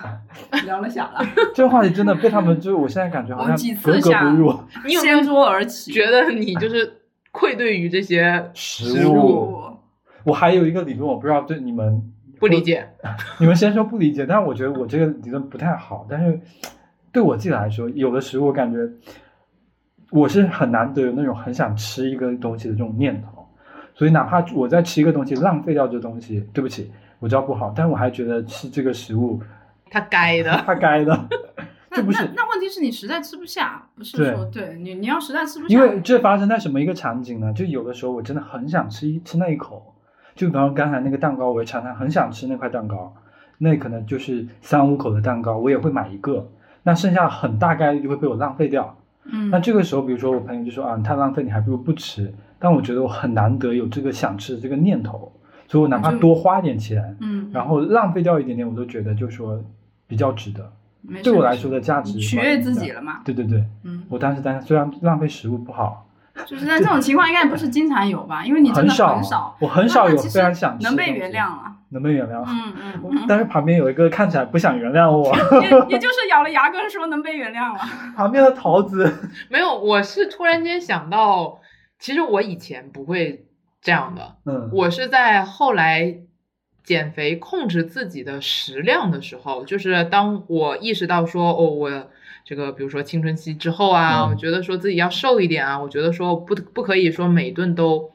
聊了下来，
这个话题真的被他们，就是我现在感觉好
我几
像格
次
格不
想
入。
你有没有
掀桌而起？
觉得你就是愧对于这些？
食
食
物，我还有一个理论，我不知道对你们
不理解。
你们先说不理解，但是我觉得我这个理论不太好。但是对我自己来说，有的时候我感觉我是很难得有那种很想吃一个东西的这种念头，所以哪怕我在吃一个东西浪费掉这东西，对不起，我知道不好，但我还觉得吃这个食物
他该的，
它该的，
那
这不
那
是。
那问题是你实在吃不下，不是
对
说对你你要实在吃不下，
因为这发生在什么一个场景呢？就有的时候我真的很想吃一吃那一口，就比方说刚才那个蛋糕，我也常常很想吃那块蛋糕，那可能就是三五口的蛋糕，我也会买一个，那剩下很大概率就会被我浪费掉。
嗯
那这个时候，比如说我朋友就说啊，你太浪费，你还不如不吃。但我觉得我很难得有这个想吃的这个念头，所以我哪怕
就
多花点钱，
嗯，
然后浪费掉一点点，我都觉得就说比较值得。
没事
对我来说的价值
你
观
取悦自己了嘛，
对对对，
嗯，
我当时当时虽然浪费食物不好，
就是但这种情况应该不是经常有吧，因为你真的
少，
很少，
我很
那
少
那
有
其
非常
实
想吃
能
的
被
东
原
西
谅，了，
能被原谅。
嗯 嗯
我
嗯，
但是旁边有一个看起来不想原谅 我，
也也就是咬了牙根说能被原谅了，
旁边的桃子，
没有，我是突然间想到，其实我以前不会这样的，
嗯，
我是在后来减肥控制自己的食量的时候，就是当我意识到说，哦，我这个比如说青春期之后啊，
嗯
我觉得说自己要瘦一点啊，我觉得说不不可以说每顿都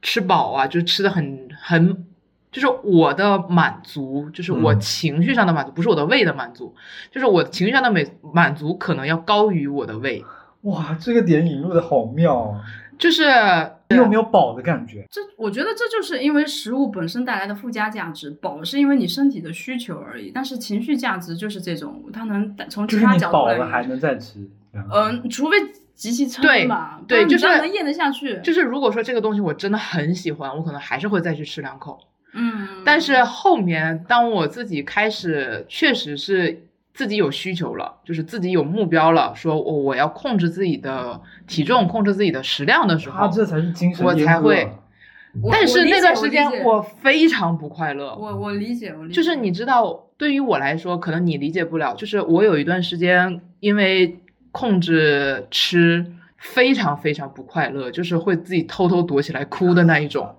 吃饱啊，就是吃的很很。就是我的满足，就是我
嗯
情绪上的满足，不是我的胃的满足，就是我情绪上的美满足可能要高于我的胃，
哇，这个点引入的好妙哦，
就是
啊
你有没有饱的感觉？
这我觉得这就是因为食物本身带来的附加价值，饱是因为你身体的需求而已，但是情绪价值就是这种，它能带从
就
其
是
他
你
角度
饱
来
了还能再吃，这样
嗯，除非极其撑
对
吧，不
对
然你
就是
知道能咽得下去。
就是如果说这个东西我真的很喜欢，我可能还是会再去吃两口。
嗯，
但是后面当我自己开始确实是自己有需求了，就是自己有目标了，说我我要控制自己的体重，控制自己的食量的时
他
候，
这才是精神
我
阉
才
割
会
啊我
但是那段时
我理
间
解
我非常不快乐。
我我理解我理解，
就是你知道，对于我来说，可能你理解不了。就是我有一段时间，因为控制吃，非常非常不快乐，就是会自己偷偷躲起来哭的那一 种，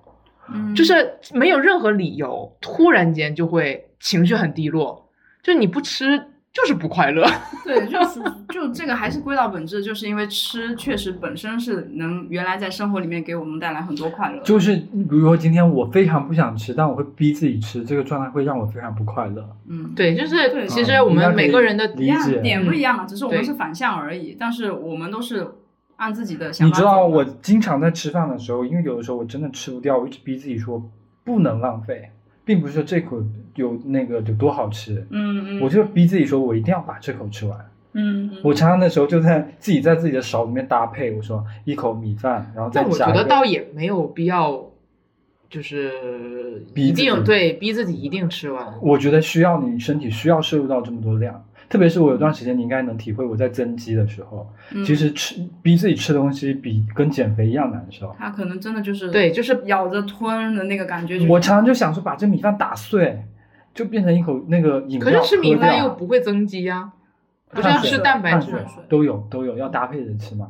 嗯
就是没有任何理由，突然间就会情绪很低落，就是你不吃就是不快 乐。
对，就是就这个还是归到本质，就是因为吃确实本身是能原来在生活里面给我们带来很多快乐。
就是比如说今天我非常不想吃，但我会逼自己吃，这个状态会让我非常不快乐。
嗯，
对，就是
对
其实
嗯
我
应该
们
可
每
以
个人的
理
一样
解
点不一样嘛，只是我们
对
是反向而已，但是我们都是按自己的想
你
法
知
走的。
道我经常在吃饭的时候，因为有的时候我真的吃不掉，我一直逼自己说不能浪费，并不是说这口有那个有多好吃，
嗯嗯，
我就逼自己说我一定要把这口吃完。
嗯嗯
我常常那时候就在自己在自己的勺里面搭配，我说一口米饭，然后再
但我
加
觉
一
得
个
倒也没有必要，就是
逼
一
自己
定对逼自己一定吃完。
我觉得需要你身体需要摄入到这么多量，特别是我有段时间，你应该能体会我在增肌的时候，
嗯
其实吃逼自己吃东西比跟减肥一样难受。
他可能真的就是
对，就是
咬着吞的那个感觉，就是
我常常就想说把这米饭打碎，就变成一口那个饮料喝
可
掉。
是吃米饭又不会增肌啊呀、不是要
碳水
吃蛋白
碳
质
水
吗？
都有都有要搭配着吃嘛。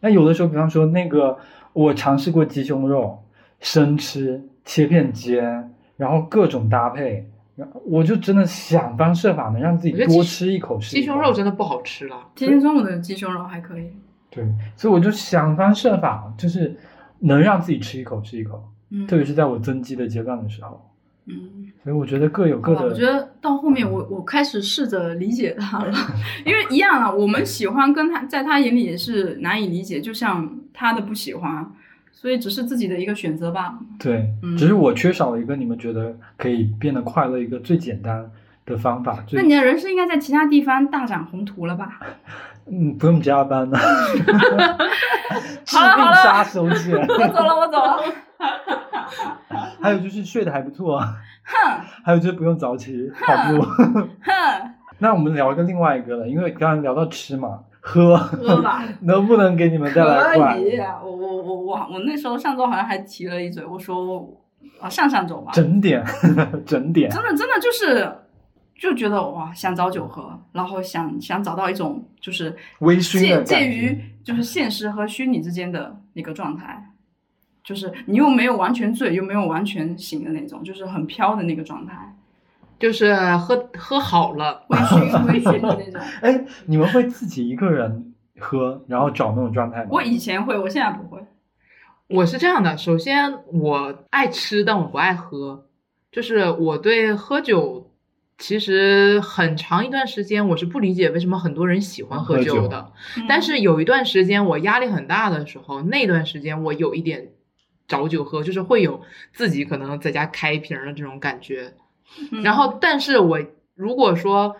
那有的时候，比方说那个我尝试过鸡胸肉生吃、切片煎，然后各种搭配，然后我就真的想方设法能让自己
我觉得
多
鸡
吃一口是一
鸡胸
口
肉真的不好吃了，
天天中午的鸡胸肉还可以。
对，所以我就想方设法，就是能让自己吃一口是一口，
嗯，
特别是在我增肌的阶段的时候。
嗯。
所以我觉得各有各
哇我觉
的，
得到后面我我开始试着理解他 了，因为一样啊，我们喜欢跟他在他眼里也是难以理解，就像他的不喜欢，所以只是自己的一个选择吧。
对，
嗯
只是我缺少了一个你们觉得可以变得快乐一个最简单的方法。最
那你的人生应该在其他地方大展宏图了吧？
嗯，不用加 班的，治病
好了好了
杀手锏。
我走了，我走了。
还有就是睡得还不错，
哼
还有就是不用早起跑步。
哼，
那我们聊一个另外一个了，因为刚才聊到吃嘛，喝
喝 吧，
能不能给你们带来快
可以啊、我我我我我那时候上周好像还提了一嘴，我说啊上上周吧，
整点， 整点，
真的真的就是就觉得哇，想找酒喝，然后想想找到一种就是
微醺的
介
感觉
介于就是现实和虚拟之间的一个状态，就是你又没有完全醉，又没有完全醒的那种，就是很飘的那个状态，
就是喝喝好了，
微醺微醺 的那种。
哎，你们会自己一个人喝，然后找那种状态吗？
我以前会，我现在不会。
我是这样的，首先我爱吃，但我不爱喝，就是我对喝酒，其实很长一段时间我是不理解为什么很多人喜欢喝酒的。
嗯
但是有一段时间我压力很大的时候，那段时间我有一点找酒喝，就是会有自己可能在家开一瓶儿的这种感觉。
嗯
然后，但是我如果说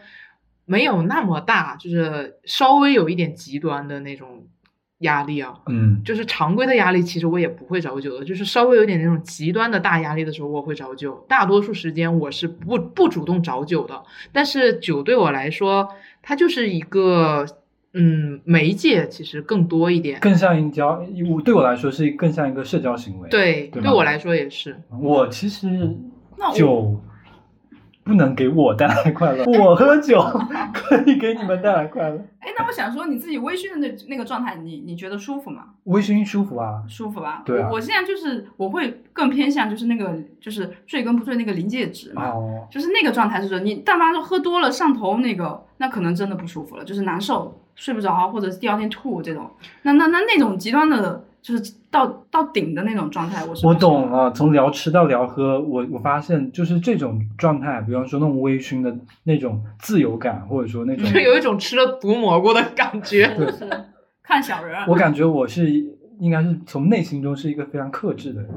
没有那么大，就是稍微有一点极端的那种压力啊，
嗯，
就是常规的压力，其实我也不会找酒的。就是稍微有点那种极端的大压力的时候，我会找酒。大多数时间我是不不主动找酒的。但是酒对我来说，它就是一个嗯媒介，其实更多一点。
更像一交，我对我来说是更像一个社交行为。，
对，
对
对
吗嗯
我来说也是。
我其实
那我
酒不能给我带来快乐，我喝酒可以给你们带来快乐。
哎，那我想说，你自己微醺的那那个状态，你你觉得舒服吗？
微醺舒服啊，
舒服吧？
对啊
我我现在就是我会更偏向就是那个就是醉跟不醉那个临界值嘛，
哦，
就是那个状态是说，你但凡是喝多了上头那个，那可能真的不舒服了，就是难受、睡不着，啊或者是第二天吐这种。那那那那种极端的，就是到到顶的那种状态，我是
我
不行
懂。了，从聊吃到聊喝，我我发现就是这种状态，比方说那种微醺的那种自由感，或者说 那种
就有一种吃了毒蘑菇的感觉。
对，
是看小人儿，
我感觉我是应该是从内心中是一个非常克制的人。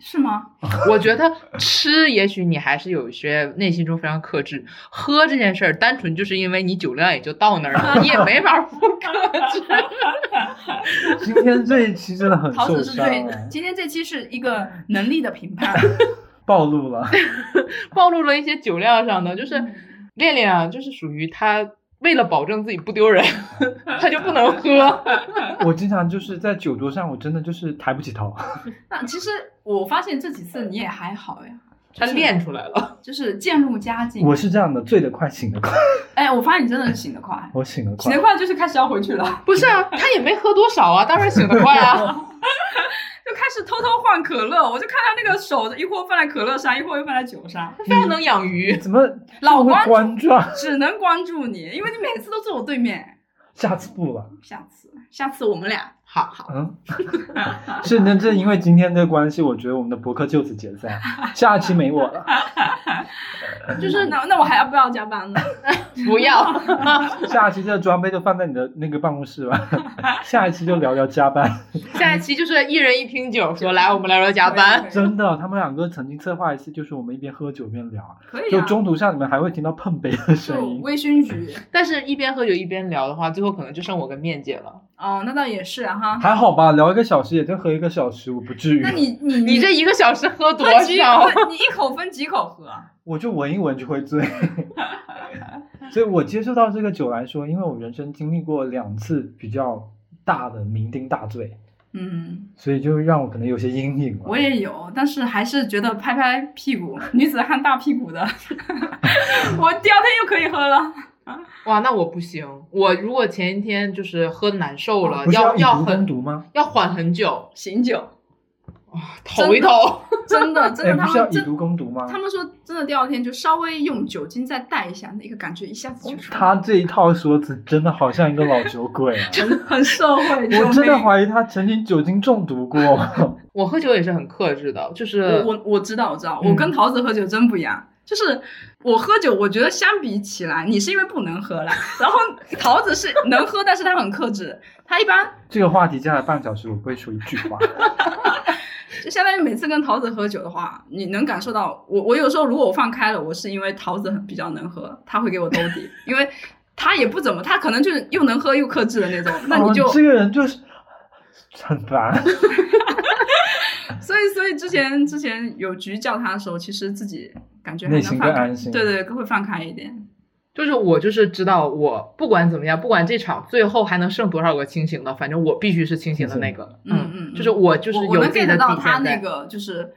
是吗？
我觉得吃，也许你还是有一些内心中非常克制。喝这件事儿，单纯就是因为你酒量也就到那儿了，你也没法 不克制。
今天这一期真的很
桃
受
子是
伤、
对
啊，，
今天这期是一个能力的评判。
暴露了。
暴露了一些酒量上的，就是练练啊，就是属于他为了保证自己不丢人， 他就不能喝。
我经常就是在酒桌上，我真的就是抬不起头。
那其实我发现这几次你也还好呀，
他练出来了，
就是渐入佳境。
我是这样的，醉得快，醒得快。
哎，我发现你真的是醒得快，
我醒得
醒
快
得，快就是开始要回去了，
不是啊，他也没喝多少啊，当然醒得快啊。
就开始偷偷换可乐。我就看他那个手一会儿放在可乐上，一会儿又放在酒上，
他非常能养
你
鱼，
怎么
老
会
关注
关注？啊？
只能关注你，因为你每次都坐我对面。
下次不了，
下次，下次我们俩
好好，
嗯， 是那正因为今天这个关系，我觉得我们的博客就此解 散，下一期没我了，嗯
就是那那我还要不要加班呢？
不要。
下一期这个装备就放在你的那个办公室 吧，下一期就聊聊加班。
下一期就是一人一瓶酒，说来我们来聊加班。
真的，他们两个曾经策划一次，就是我们一边喝酒一边聊，
可以
就
啊，
中途上你们还会听到碰杯的
就
声音。
微醺局。
但是，一边喝酒一边聊的话，最后可能就剩我跟面姐了。
哦，那倒也是啊哈。
还好吧，聊一个小时也就喝一个小时，我不至于
那。你你
你这一个小时喝多
分几
少？
口？你一口分几口喝？
我就闻一闻就会醉。 所以我接触到这个酒来说，因为我人生经历过两次比较大的酩酊大醉，
嗯，
所以就让我可能有些阴影了。
我也有，但是还是觉得拍拍屁股，女子汉大屁股的， 我第二天又可以喝了。
哇，那我不行。我如果前一天就是喝难受了，
不是
啊要
以毒攻
很
毒吗？
要缓很 久，
醒酒，
投一投。
真的真
哎，
的，
不
他
是要
们
以
真
毒攻毒吗？
他们说真的，第二天就稍微用酒精再带一下，那个感觉一下子就出来了
他这一套说辞真的好像一个老酒鬼啊！
很社会，
我真的怀疑他曾经酒精中毒过。
我喝酒也是很克制的，就是
我我我知道，我知道，
嗯
我跟桃子喝酒真不一样。就是我喝酒，我觉得相比起来，你是因为不能喝 了，然后桃子是能喝，但是他很克制，他一般
这个话题接下来半小时我不会说一句话。
就相当于每次跟桃子喝酒的话，你能感受到我，我有时候如果我放开了，我是因为桃子很比较能喝，他会给我兜底，因为他也不怎么，他可能就是又能喝又克制的那种，那你就
哦这个人就是很烦。
所以，所以之前之前有局叫他的时候，其实自己感觉还
内
能
心
放
更
开
安心
对对，会放开一点。
就是我就是知道，我不管怎么样，不管这场最后还能剩多少个清醒的，反正我必须是清醒的那个。
嗯嗯嗯
就是我就是
我我
有
能
自己
get
的
到
底
他
线
那
在。
个就是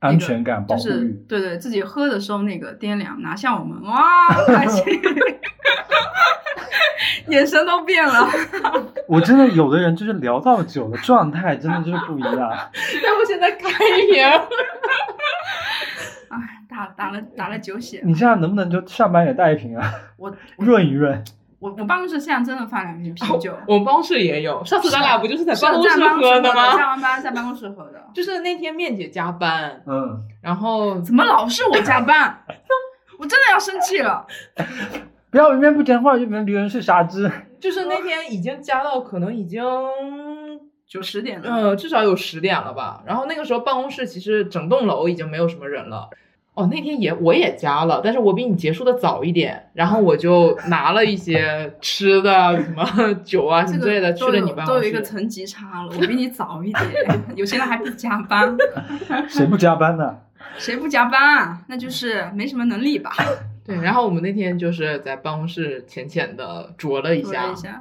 安全感、
就
保护
是
欲。
对对，自己喝的时候那个掂量拿下我们，哇，开心，眼神都变了。
我真的有的人就是聊到酒的状态，真的就是不一 样。
要不现在开一 瓶？
哎，打打了打了酒血，
你现在能不能就上班也带一瓶啊，
我
润一 润？
我我办公室现在真的放两瓶啤酒，
我们办公室也有，上次咱俩不就是在
是
哦办公
在
室
办公室
喝的
下
吗？
完班在办公室喝的。
就是那天面姐加班，
嗯，
然后
怎么老是我加班？ 我真的要生气了。
不要一边不讲话一边留言是傻 子。
就是那天已经加到可能已经
九十点了，
呃，至少有十点了吧。然后那个时候办公室其实整栋楼已经没有什么人了。哦，那天也我也加了，但是我比你结束的早一点，然后我就拿了一些吃的什么酒啊什么
这个
之类的去
都
了
有
你办
都
公
有一个
室。
层级差了，我比你早一点， 有些人还不加班，
谁不加班呢？
谁不加班啊？那就是没什么能力吧？
对，然后我们那天就是在办公室浅浅的酌了一
说了
下
一，下，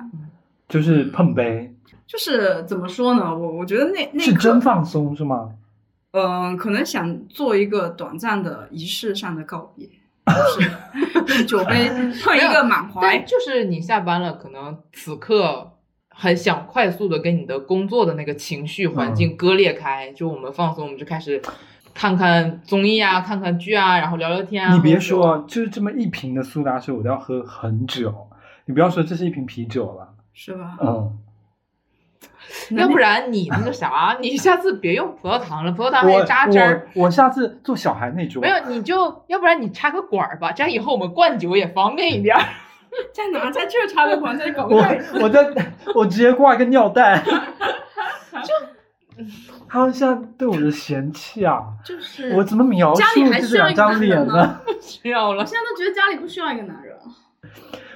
就是碰杯，
就是怎么说呢？我我觉得那那
是
刻
真放松是吗？
嗯，可能想做一个短暂的仪式上的告别， 就是用酒杯碰一个满怀
但。就是你下班了，可能此刻很想快速的跟你的工作的那个情绪
嗯
环境割裂开，就我们放松，我们就开始看看综艺啊，看看剧啊，然后聊聊天啊。
你别
喝酒
说，就是这么一瓶的苏打水，我都要喝很久。你不要说这是一瓶啤酒了，
是吧？
嗯，
呃要不然你那个啥，你下次别用葡萄糖了，葡萄糖还
我
得扎汁儿。
我我下次做小孩那桌
没有，你就要不然你插个管儿吧，这样以后我们灌酒也方便一点儿。
在哪？在这插个管，在搞
我我在我直接挂一个尿 袋，他们现在对我的嫌弃啊！
就是
我怎么描述
嗯家里还
这
需要
两
一个
张
男人
脸呢
呢？
需要
我
了，
现在都觉得家里不需要一个男人。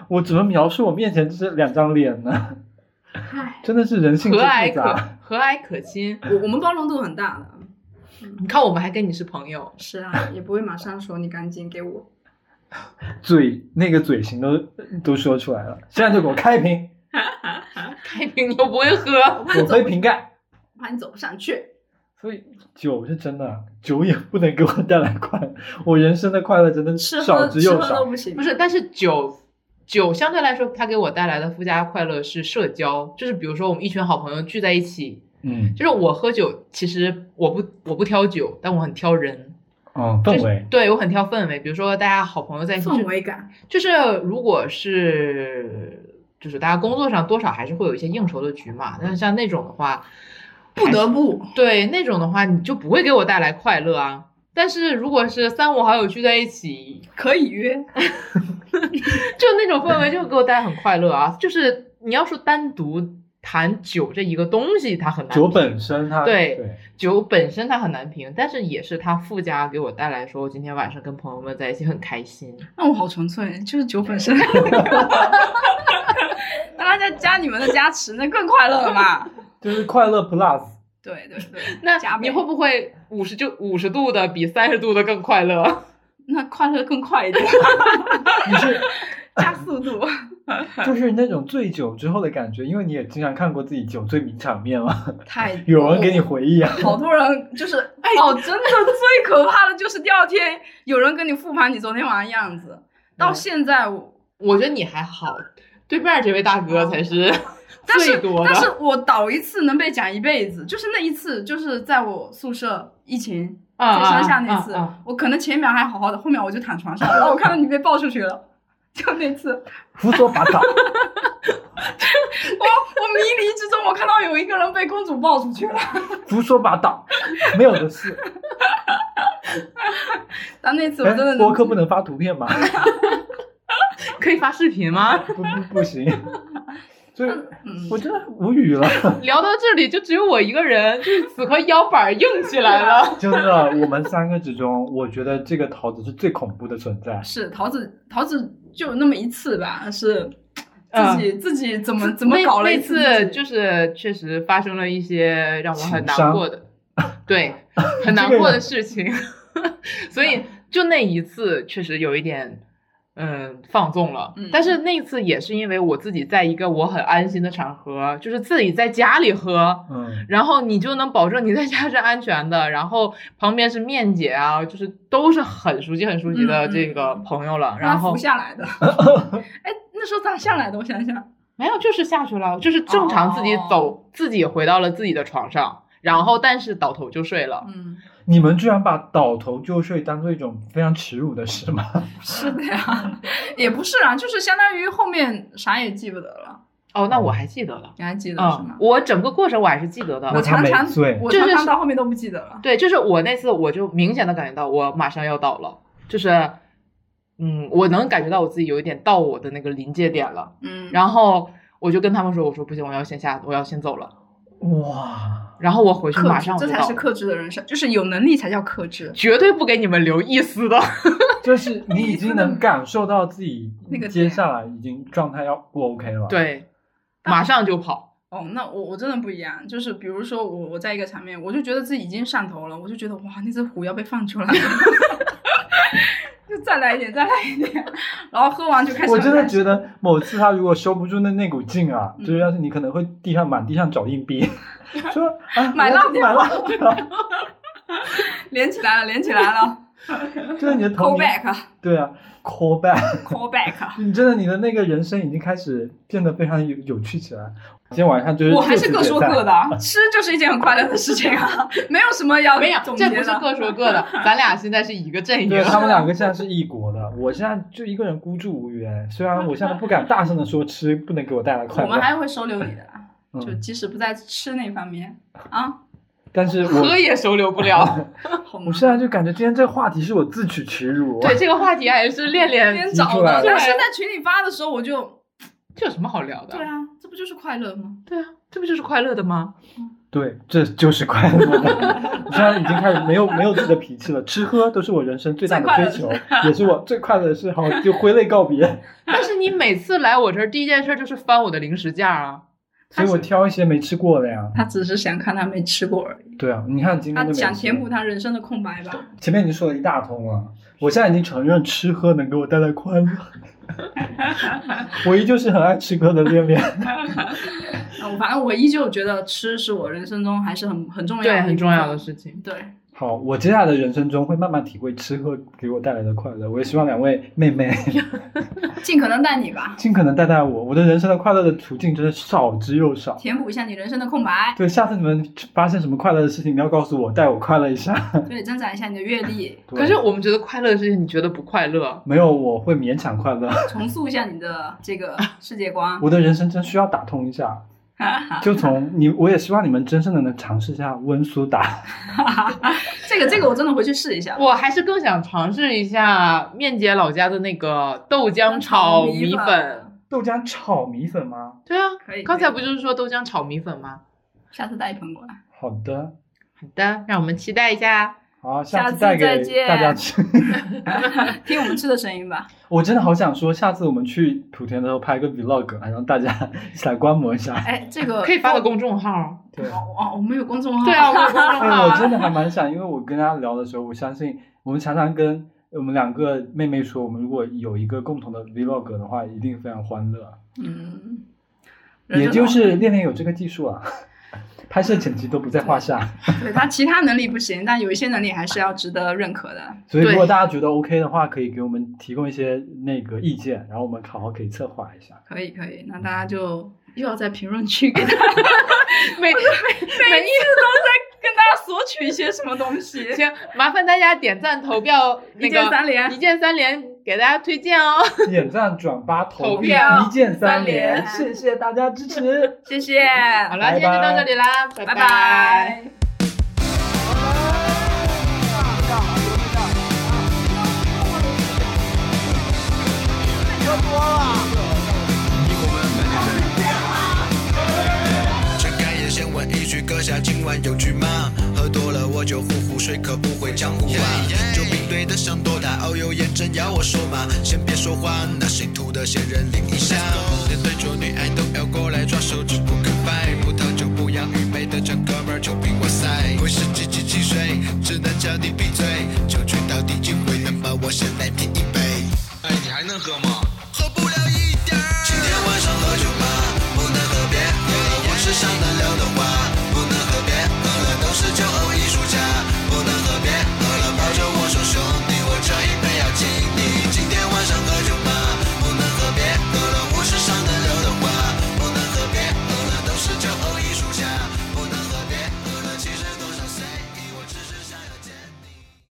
我怎么描述我面前这两张脸呢？
唉，
真的是人性之
和蔼
复
可
杂。
和蔼可亲。
我我们包容度很大的。
你看，我们还跟你是朋友。
是啊，也不会马上说你赶紧给我。
嘴那个嘴型都都说出来了，现在就给我开一瓶，
开瓶你又不会喝，
我喝一瓶盖。
我怕你走不上去。
所以酒是真的，啊酒也不能给我带来快乐。我人生的快乐真的
吃
少
喝
之
吃
又
喝都
少。
不行。
不是，但是酒酒相对来说，它给我带来的附加快乐是社交，就是比如说我们一群好朋友聚在一起，
嗯，
就是我喝酒，其实我不我不挑酒，但我很挑人，
哦，
就
氛
是
围，
对我很挑氛围，比如说大家好朋友在一起，
氛围感，
就是如果是就是大家工作上多少还是会有一些应酬的局嘛，但是像那种的话，
不得不
对那种的话，你就不会给我带来快乐啊。但是如果是三五好友聚在一起，
可以约。
就那种氛围，就给我带来很快乐啊！就是你要说单独谈酒这一个东西，它很难
酒
评
本身它
对
对
酒本身它很难评，但是也是它附加给我带来说，我今天晚上跟朋友们在一起很开心。
那我好纯粹，就是酒本 身。大家再加你们的加持，那更快乐了嘛？
就是快乐 plus。
对对 对，
那
加
你
倍
会不会五十就五十度的比三十度的更快乐？
那快乐更快一 点，
你是
加速度。
就是那种醉酒之后的感觉，因为你也经常看过自己酒醉名场面 嘛，
太
有人给你回忆啊。
好多人就是，哎哦，真的最可怕的就是第二天有人跟你复盘你昨天晚上的样子。到现在我，
我觉得你还好，对面这位大哥才是
哦但
最
是
多
但是
的。
我倒一次能被讲一辈子，就是那一次，就是在我宿舍疫情
啊
在
啊
乡下那次，
啊啊
我可能前一秒还好好的，后面我就躺床上了，然后我看到你被抱出去了。 就那次，
胡
我
说八 道，
我迷离之中，我看到有一个人被公主抱出去了，
胡说八道，没有的 事。
但那次我
哎
真的，
播客不能发图片 吗？
可以发视频吗？
不不不 行。所以
嗯
我真的无语了，
聊到这里就只有我一个人，就是此刻腰板儿硬起来了。
真的，我们三个之中，我觉得这个桃子是最恐怖的存 在。
是桃子，桃子就那么一次吧，是
嗯
自己、自己怎么怎么
那
搞了
那
一
次
次，
就是确实发生了一些让我很
情
难
伤
过的，对，很
这
难
个
过的
人
事情。所以就那一次，确实有一点嗯放纵了
嗯。
但是那次也是因为我自己在一个我很安心的场合，就是自己在家里喝。
嗯，
然后你就能保证你在家是安全的，然后旁边是面姐啊，就是都是很熟悉、很熟悉的
嗯嗯
这个朋友了。
他
然后
扶 下来的。哎，那时候咋下来的？我想想，
没有，就是下去了，就是正常自己
哦
走，自己回到了自己的床上，然后但是倒头就睡了。
嗯，
你们居然把倒头就睡当做一种非常耻辱的事吗？
是的
嗯
呀， 也不是啊，就是相当于后面啥也记不得了。
哦，那我还记得了，
你还记得是
嗯
吗，？
我整个过程我还是记得
那
我
的。
他
常
没
常
醉
我
就
常
是
常到后面都不记得了。
对，就是我那次我就明显的感觉到我马上要倒了，就是，嗯，我能感觉到我自己有一点到我的那个临界点了，
嗯，
然后我就跟他们说，我说不行，我要先下，我要先走了，
哇，
然后我回去
克
马
制
上，我
这
就
才
倒
是
了，
克制的人生，就是有能力才叫克制。
绝对不给你们留一丝 的。
就是你已经能感受到自己
那个
接下来已经状态要不 OK 了。，
对，
啊
马上就跑。
哦，那我我真的不一样，就是比如说我我在一个场面，我就觉得自己已经上头了，我就觉得哇，那只虎要被放出来了， 就再来一点，再来一点，然后喝完就开始。嗯
我真的觉得某次他如果收不住那那股劲啊，就是要是你可能会地上满地上找硬 币，说啊
买辣
我
条
买啊辣条，
连起来了，连起来了
就是你的童
，call
年，
back，call
对啊，call back，
back。啊
你真的你的那个人生已经开始变得非常有有趣起来。今天晚上就是
我还是
就此
各
解
说
散
各的， 啊，吃就是一件很快乐的事情啊，没有什么要
没有，
总结
这
的
不是各说各 的，咱俩现在是一个阵营。啊
对他们两个现在是异国的，我现在就一个人孤注无援。虽然我现在不敢大声的说吃不能给我带来快
我
乐，
们还会收留你的啊，就
嗯，
即使不在吃那方面 啊，
但是我
喝也收留不了。
好吗
我？现在就感觉今天这话题是 我自取其辱。
对，这个话题还是练练
边，
提出
找
来
的
了，
但是在群里发的时候我就。
这有什么好聊的？
对啊，这不就是快乐吗？
对啊，这不就是快乐的吗？
对，这就是快乐的。 我现在已经开始没有没有自己的脾气了，吃喝都是我人生最大的追求，也是我最快乐的事。好，就挥泪告别。
但是你每次来我这儿，第一件事就是翻我的零食架啊。
所以我挑一些没吃过的呀。
他只是想看他没吃过而已，
对啊，你看今天
他
就没
想
吃
填补他人生的空白吧。
前面已经说了一大通了，我现在已经承认吃喝能给我带来快乐。 我依旧是很爱吃喝的恋恋。
啊，我反正我依旧觉得吃是我人生中还是很很重要的
对，
一
很
部
重要
分
的。事情。
对，
好，我接下来的人生中会慢慢体会吃喝给我带来的快乐。我也希望两位妹妹
尽可能带你吧，
尽可能带带我，我的人生的快乐的途径真的少之又少。
填补一下你人生的空白，
对，下次你们发现什么快乐的事情，你要告诉我，带我快乐一下。
对，增长一下你的阅历，
对
可是我们觉得快乐的事情，你觉得不快乐？
没有，我会勉强快乐。
重塑一下你的这个世 界观。
我的人生真需要打通一下。就从你，我也希望你们真正的能尝试一下温苏打。
这个这个我真的回去试一下。
我还是更想尝试一下面姐老家的那个豆浆炒米粉。
豆浆炒米粉吗？
对啊
可以，
刚才
可
不
以
就是说豆浆炒米粉吗？
下次带一盆过来。
好的，
好的，让我们期待一下。
好，
下
次
次
带
再
给
见
大家吃。
听我们吃的声音吧。
我真的好想说，下次我们去莆田的时候拍个 vlog，让大家一起来观摩一下。
哎，这个
可以发到公众号。
对，
哦哦，我们有公众号。
对啊，我有公 众
哎，
号
我
啊。
真的还蛮想，因为我跟大家聊的时候，我相信我们常常跟我们两个妹妹说，我们如果有一个共同的 vlog 的话，一定非常欢乐。
嗯，人
也
生
就
中
是恋恋有这个技术啊， 拍摄剪辑都不在话下。
对他其他能力不行，但有一些能力还是要值得认可的。
所以如
对
果大家觉得 OK 的话，可以给我们提供一些那个意见，然后我们好好可以策划一下。
可以可以，那大家就又要在评论区给大家
每每 每
每一次都在跟大家索取一些什么东西，
行，麻烦大家点赞投票，那
一键
个
三连
一。键三连给大家推荐哦。
点赞、转发、投
投
币
票
一键三
三连
连，谢谢大家支持。
谢谢，
好
好
了，今天就到这里啦，拜
拜拜。
睁开眼先问一句阁下今晚有局吗？喝多了我就呼呼睡，可不会江湖话。酒瓶对得上多大？哦有眼真要我说嘛，先别说话，拿谁吐的先人淋一下。连对酒女爱都要过来抓手指不肯掰，葡萄酒不养愚昧的真哥们儿就凭哇塞。我是几几几水，只能叫你闭嘴，酒局到底几回？那么我先来拼一杯。哎，你还能喝上来。